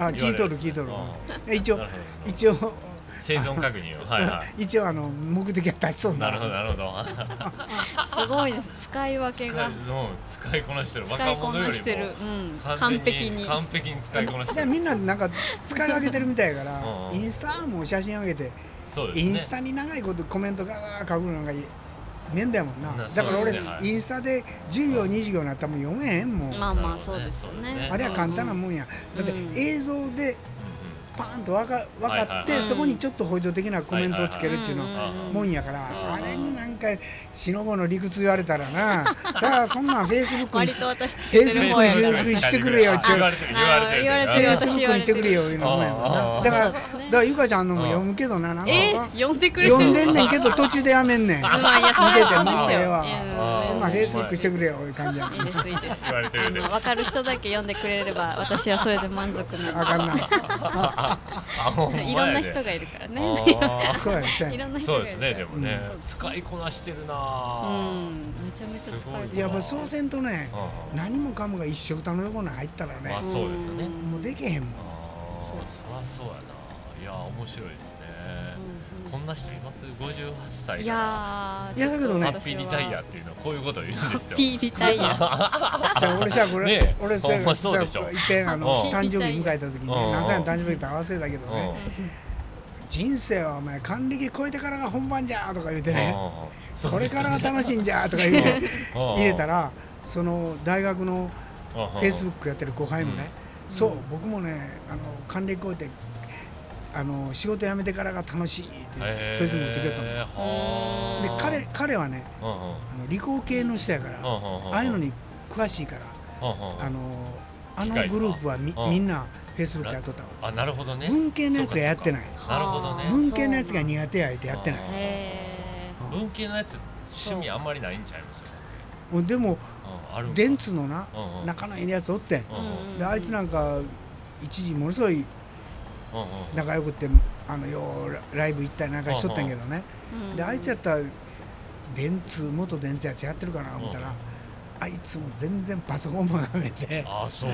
Speaker 1: はい。
Speaker 2: あ聞いとる聞いとる一応一応
Speaker 1: 応生存確認 をはいは
Speaker 2: 一応あの目的は達しそう
Speaker 1: い。
Speaker 2: な
Speaker 1: なるほどなるほど。
Speaker 3: すごいです使い分けが
Speaker 1: うん使いこなしてる
Speaker 3: 使
Speaker 1: 若
Speaker 3: いこ
Speaker 1: 者よ
Speaker 3: な
Speaker 1: り
Speaker 3: してる
Speaker 1: も。
Speaker 3: うん
Speaker 1: 完
Speaker 3: 完璧
Speaker 1: 璧に
Speaker 3: に
Speaker 1: 完璧に使いこなして
Speaker 2: じゃあ
Speaker 1: る
Speaker 2: みんななんか使い分けてるみたいやから
Speaker 1: うんうん
Speaker 2: インスタも写真上げて
Speaker 1: そうです
Speaker 2: イ
Speaker 1: ね
Speaker 2: ンスタに長いことコメントが書くのが面だもんな
Speaker 1: な
Speaker 2: だから俺
Speaker 1: そうですねはい
Speaker 2: インスタで10行20行になったらもう読めへんもん
Speaker 3: まあまあそうですよね
Speaker 2: あれは簡単な
Speaker 3: うん
Speaker 2: もんやだって
Speaker 3: うん
Speaker 2: 映像で
Speaker 1: うん
Speaker 2: パーンと分か分かって、
Speaker 1: はいはいはい
Speaker 2: そこにちょっと補助的なコメントをつけるっていうの
Speaker 1: はいはいはい
Speaker 2: もんやから、
Speaker 1: うん
Speaker 2: あれになんかしのごの理屈言われたら なさあそんなんフェイスブックに
Speaker 3: 割
Speaker 2: フ
Speaker 3: と私つ
Speaker 2: ェ
Speaker 3: け
Speaker 2: イ
Speaker 3: て
Speaker 2: スブ
Speaker 3: る
Speaker 2: ッ
Speaker 3: 方
Speaker 2: クに
Speaker 1: あ
Speaker 2: 修
Speaker 3: やから
Speaker 2: 復してくれよちゅう
Speaker 1: 言われてる言われてる
Speaker 3: 言われて
Speaker 2: フ
Speaker 3: る
Speaker 2: ェイ
Speaker 3: 私
Speaker 2: スブックにしてくれよいうのもんやもん
Speaker 1: あ
Speaker 2: な
Speaker 1: ー
Speaker 2: だから
Speaker 3: そう
Speaker 2: だ
Speaker 3: ですね
Speaker 2: からゆかちゃんのも読むけどななんか
Speaker 3: え呼んでくれ
Speaker 2: 読んでんね
Speaker 3: うん
Speaker 2: けど途中でやめんねん
Speaker 3: んまあいやそれはそう
Speaker 2: 見ててまあ
Speaker 3: です
Speaker 2: ええ
Speaker 3: よ
Speaker 2: わ
Speaker 1: あー
Speaker 2: そん
Speaker 1: ま
Speaker 2: なん
Speaker 1: あ
Speaker 2: フェイスブックしてくれよいう感じやもん
Speaker 3: いいですいいです
Speaker 1: 言われてるで
Speaker 3: あの分かる人だけ読んでくれれば私はそれで満足
Speaker 2: あ
Speaker 3: な
Speaker 2: かんな
Speaker 1: あほ
Speaker 3: の
Speaker 1: まやね
Speaker 3: いろんな人がいるからね
Speaker 1: あー
Speaker 2: そうやねそうや
Speaker 3: い
Speaker 2: ね
Speaker 3: ろんな人
Speaker 1: そう
Speaker 3: がいるから
Speaker 1: ですねでもね、
Speaker 3: うん
Speaker 1: 使いこなしてるな
Speaker 3: う
Speaker 1: ぁ
Speaker 3: んめちゃめちゃ使え
Speaker 1: す
Speaker 2: やっぱ
Speaker 1: ごい
Speaker 2: そうせんとね
Speaker 1: ああ
Speaker 2: 何もかもが一緒くたの横に入ったらね
Speaker 1: まあそうですね
Speaker 3: ん
Speaker 2: もうできへんもん
Speaker 1: あーそりゃそうやないや面白いですね、
Speaker 3: うんうん
Speaker 1: こんな人います58歳
Speaker 3: い
Speaker 1: が
Speaker 3: やー
Speaker 2: いやだけどね
Speaker 1: ハ
Speaker 3: ちょっと
Speaker 1: ッピーリタイアっていうのはこういうことを言うんですよ
Speaker 3: ピーリタイア。
Speaker 2: さあ俺さこれ、
Speaker 1: ねえ
Speaker 2: 俺さ
Speaker 1: ほんま
Speaker 2: さ
Speaker 1: そうでしょ
Speaker 2: 一遍あの
Speaker 1: うん
Speaker 2: 誕生日迎えた時に、ね、
Speaker 1: うん
Speaker 2: 何歳の誕生日か合わせたけど
Speaker 1: うん
Speaker 2: ね人生はお前還暦超えてからが本番じゃーとか言ってね
Speaker 1: うん
Speaker 2: これからが楽しいんじゃーとか言って入れ
Speaker 1: ら
Speaker 2: たらその大学の
Speaker 1: フ
Speaker 2: フェイスブックやってる後輩もね、そう僕もねあの還暦超えてあの仕事辞めてからが楽しいって、そいつも言ってくれたもんで彼彼はねあの理工系の人やから、ああいうのに詳しいから、あのあの
Speaker 1: 機械
Speaker 2: グループはみ,、
Speaker 1: うん
Speaker 2: んなフェイスブックやっとったわ
Speaker 1: あなるほどね
Speaker 2: 文系のやつがやってない
Speaker 1: そうかそうかなるほどね
Speaker 3: 文
Speaker 2: 文系のやつが苦手や言うてやってない
Speaker 1: あ
Speaker 3: へー
Speaker 2: うん
Speaker 1: 文系のやつ趣味あんまりないんちゃいますよ
Speaker 2: うんでも
Speaker 1: うんあるんか
Speaker 2: 電通のな
Speaker 1: うんうん
Speaker 2: 仲のいいやつおってん
Speaker 1: うんうん
Speaker 2: であいつなんか一時ものすごい
Speaker 1: うんうん
Speaker 2: 仲良くってあのようライブ行ったりなんかしとったんやけどねであいつやったら電通元電通やつやってるかな思った
Speaker 1: う
Speaker 2: らあいつも全然パソコンもダメで
Speaker 1: あそう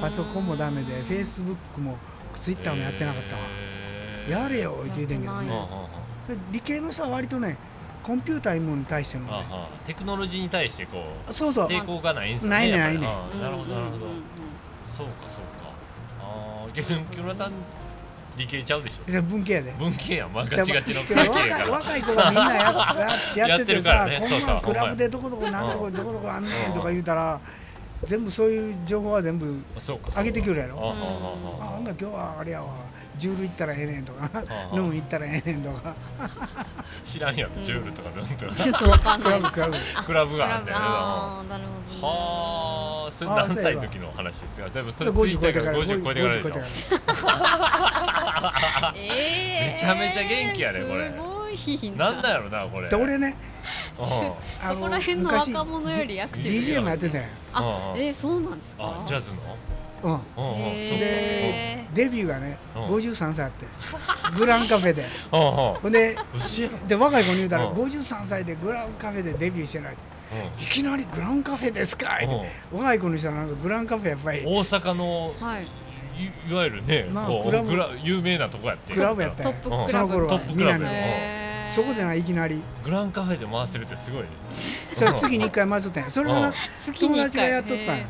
Speaker 2: パソコンもダメでフェイスブックもツイッターもやってなかったわ
Speaker 1: へー
Speaker 2: やれよって言うてんけど
Speaker 1: うんう
Speaker 3: やって
Speaker 1: んう
Speaker 3: な
Speaker 2: ね
Speaker 1: ん
Speaker 2: それ理系の人は割とねコンピューターいうものに対しての
Speaker 1: あ
Speaker 2: ね
Speaker 1: はテクノロジーに対してこう
Speaker 2: そうそう
Speaker 1: 抵抗がないんですね
Speaker 2: ないね
Speaker 1: やっぱり
Speaker 2: ないね
Speaker 1: あなるほどなるほど
Speaker 3: うんうんうん
Speaker 1: そうかそうかああ逆に木村さん理系ちゃうでしょ
Speaker 2: それ文系やで
Speaker 1: 文系やんまあガチガチの
Speaker 2: で
Speaker 1: 文系
Speaker 2: も
Speaker 1: や
Speaker 2: でも若い
Speaker 1: から
Speaker 2: 若い子がみんなや ややっ
Speaker 1: やっ
Speaker 2: ててさ
Speaker 1: てるからね
Speaker 2: こん
Speaker 1: そう
Speaker 2: な
Speaker 1: そ
Speaker 2: ん
Speaker 1: う
Speaker 2: クラブでどこどこなんと
Speaker 1: う
Speaker 2: こ
Speaker 1: ん
Speaker 2: どこどこあんねんとか言うたら全部そういう情報は全部
Speaker 1: そうかそうか
Speaker 2: 上げてくるやろ
Speaker 1: あああ
Speaker 2: あ
Speaker 1: あああ
Speaker 2: ほんなら今日はあれやわジュール行ったらええねんとか
Speaker 1: うん
Speaker 2: 飲む行ったらええねんと か
Speaker 1: 知らんやろジュールとかなんとか
Speaker 3: ちょっとわかん
Speaker 2: ク
Speaker 3: な
Speaker 2: ラ
Speaker 3: い
Speaker 2: ブクラブ
Speaker 1: クラブ
Speaker 3: ク
Speaker 1: があ
Speaker 3: ラ
Speaker 1: ん
Speaker 3: ブ
Speaker 1: だよね
Speaker 3: あーなるほど
Speaker 1: はあそれ
Speaker 2: ああ
Speaker 1: 何歳の時の話ですかでもそれ
Speaker 2: 50超えてから
Speaker 1: 50超えてからでしょ
Speaker 3: えー
Speaker 1: めちゃめちゃ元気やねこれ
Speaker 3: すごい
Speaker 1: なんだやろなこれ
Speaker 2: で俺ね
Speaker 1: うん
Speaker 2: あ
Speaker 3: そこら辺の若者よりアクティブ
Speaker 2: 昔 D- DJ もやってたんや
Speaker 3: あえーそうなんですか
Speaker 1: あジャズの
Speaker 2: うん
Speaker 1: うんうんそうか
Speaker 3: へ
Speaker 2: デビューがね
Speaker 1: うん
Speaker 2: 53歳あってグランカフェで
Speaker 1: うんうん
Speaker 2: ほんで
Speaker 1: 嘘やん
Speaker 2: で若い子に言うたら
Speaker 1: うん
Speaker 2: 53歳でグランカフェでデビューしてないいきなりグランカフェですかいっ
Speaker 1: うん
Speaker 2: て若い子にしたらなんかグランカフェやっぱり
Speaker 1: 大阪の
Speaker 3: ーはい
Speaker 1: いいわゆるね、
Speaker 2: まあ
Speaker 1: こう
Speaker 2: クラブ
Speaker 1: グラ有名なとこやって
Speaker 2: クラブやったんや
Speaker 3: トップクラブ
Speaker 2: その頃は
Speaker 1: トップクラブ
Speaker 2: 南で
Speaker 3: へー
Speaker 2: そこでないきなり
Speaker 1: グランカフェで回せるってすごいね
Speaker 2: それ次に一回回っとったんやそれ
Speaker 1: う
Speaker 2: は
Speaker 1: ん
Speaker 3: 月
Speaker 2: 友
Speaker 3: に一回
Speaker 2: 達がやっとったん
Speaker 3: へ
Speaker 2: や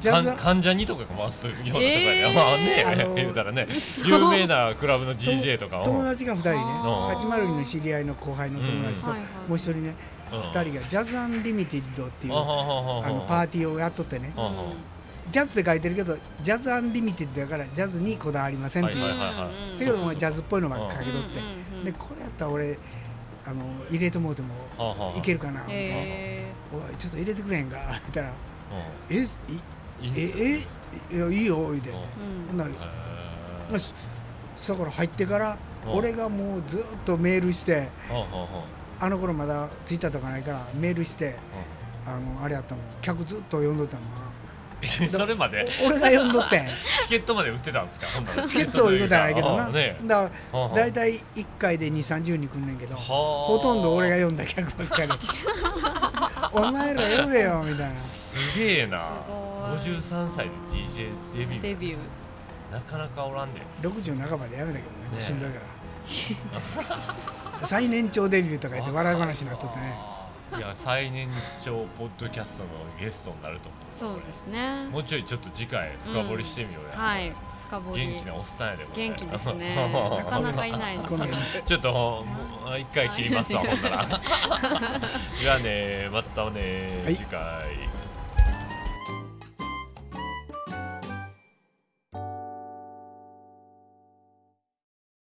Speaker 3: ー
Speaker 2: ジャズ
Speaker 1: かん患者にとかが回すようなとこや
Speaker 3: え
Speaker 1: ね、
Speaker 3: ー
Speaker 1: まあね、
Speaker 2: あのー
Speaker 1: 言うたらね有名なクラブの DJ とかを
Speaker 2: 友達が2人ね
Speaker 3: あ
Speaker 1: ー
Speaker 2: 802の知り合いの後輩の友達と
Speaker 3: はい
Speaker 2: も
Speaker 3: はいう
Speaker 2: 一人ね2人がジャズアンリミテッドっていう
Speaker 1: あは
Speaker 2: あ
Speaker 1: はは
Speaker 2: のパーティーをやっとってね
Speaker 1: う
Speaker 3: うん
Speaker 1: んうん
Speaker 2: ジャズって書いてるけどジャズアンリミテッドだからジャズにこだわりませんっ
Speaker 1: は
Speaker 2: て
Speaker 1: い
Speaker 2: いう
Speaker 1: はいは
Speaker 3: うん
Speaker 2: だけどもうジャズっぽいのばっかり書き取
Speaker 3: うん
Speaker 2: っ
Speaker 3: うんうん
Speaker 2: てでこれやったら俺あの入れてもうても
Speaker 1: はあはあ
Speaker 2: いけるかな
Speaker 3: へ
Speaker 2: おいちょっと入れてくれへんか言ったら
Speaker 1: う
Speaker 2: 「えい
Speaker 1: んいいん
Speaker 2: え
Speaker 1: で
Speaker 2: え
Speaker 1: すよ
Speaker 2: えいやいいよ」言うて
Speaker 1: うん
Speaker 3: ーうん
Speaker 2: ほんなら
Speaker 1: へー
Speaker 2: まあそそこから入ってから
Speaker 1: うん
Speaker 2: 俺がもうずっとメールして
Speaker 1: はあはあは
Speaker 2: あの頃まだツイッターとかないからメールして
Speaker 1: あ
Speaker 2: あのあれやったの客ずっと呼んどったのな
Speaker 1: うんそれまで
Speaker 2: 俺が呼んどっ てん
Speaker 1: チケットまで売ってたんですかほんなら
Speaker 2: チケットを言うことはないけどな、
Speaker 1: あね
Speaker 2: だか
Speaker 1: はあは
Speaker 2: ら
Speaker 1: あ
Speaker 2: 大体1回で2 3 0人来んねんけど
Speaker 1: はあ
Speaker 2: ほとんど俺が呼んだ客ばっ かりお前ら呼べよみたいな
Speaker 1: すげえな
Speaker 3: すごい
Speaker 1: 53歳で DJ デビュー
Speaker 3: デビュー
Speaker 1: なかなかおらんで、ね、
Speaker 2: 60半ばでやめたけどね
Speaker 1: ね
Speaker 2: しんどいから 最年長デビューとか言って笑い話になっとってね
Speaker 1: いや最年長ポッドキャストのゲストになると思
Speaker 3: そうですね
Speaker 1: うもうちょいちょっと次回深掘りしてみようや、
Speaker 3: はい深掘り
Speaker 1: 元気なおっさんやでこれ
Speaker 3: 元気で すねなかなかいないです
Speaker 2: この
Speaker 3: ね
Speaker 1: ちょっともう 一回切りますわほんならじゃあねまたね、
Speaker 2: はい
Speaker 1: 次回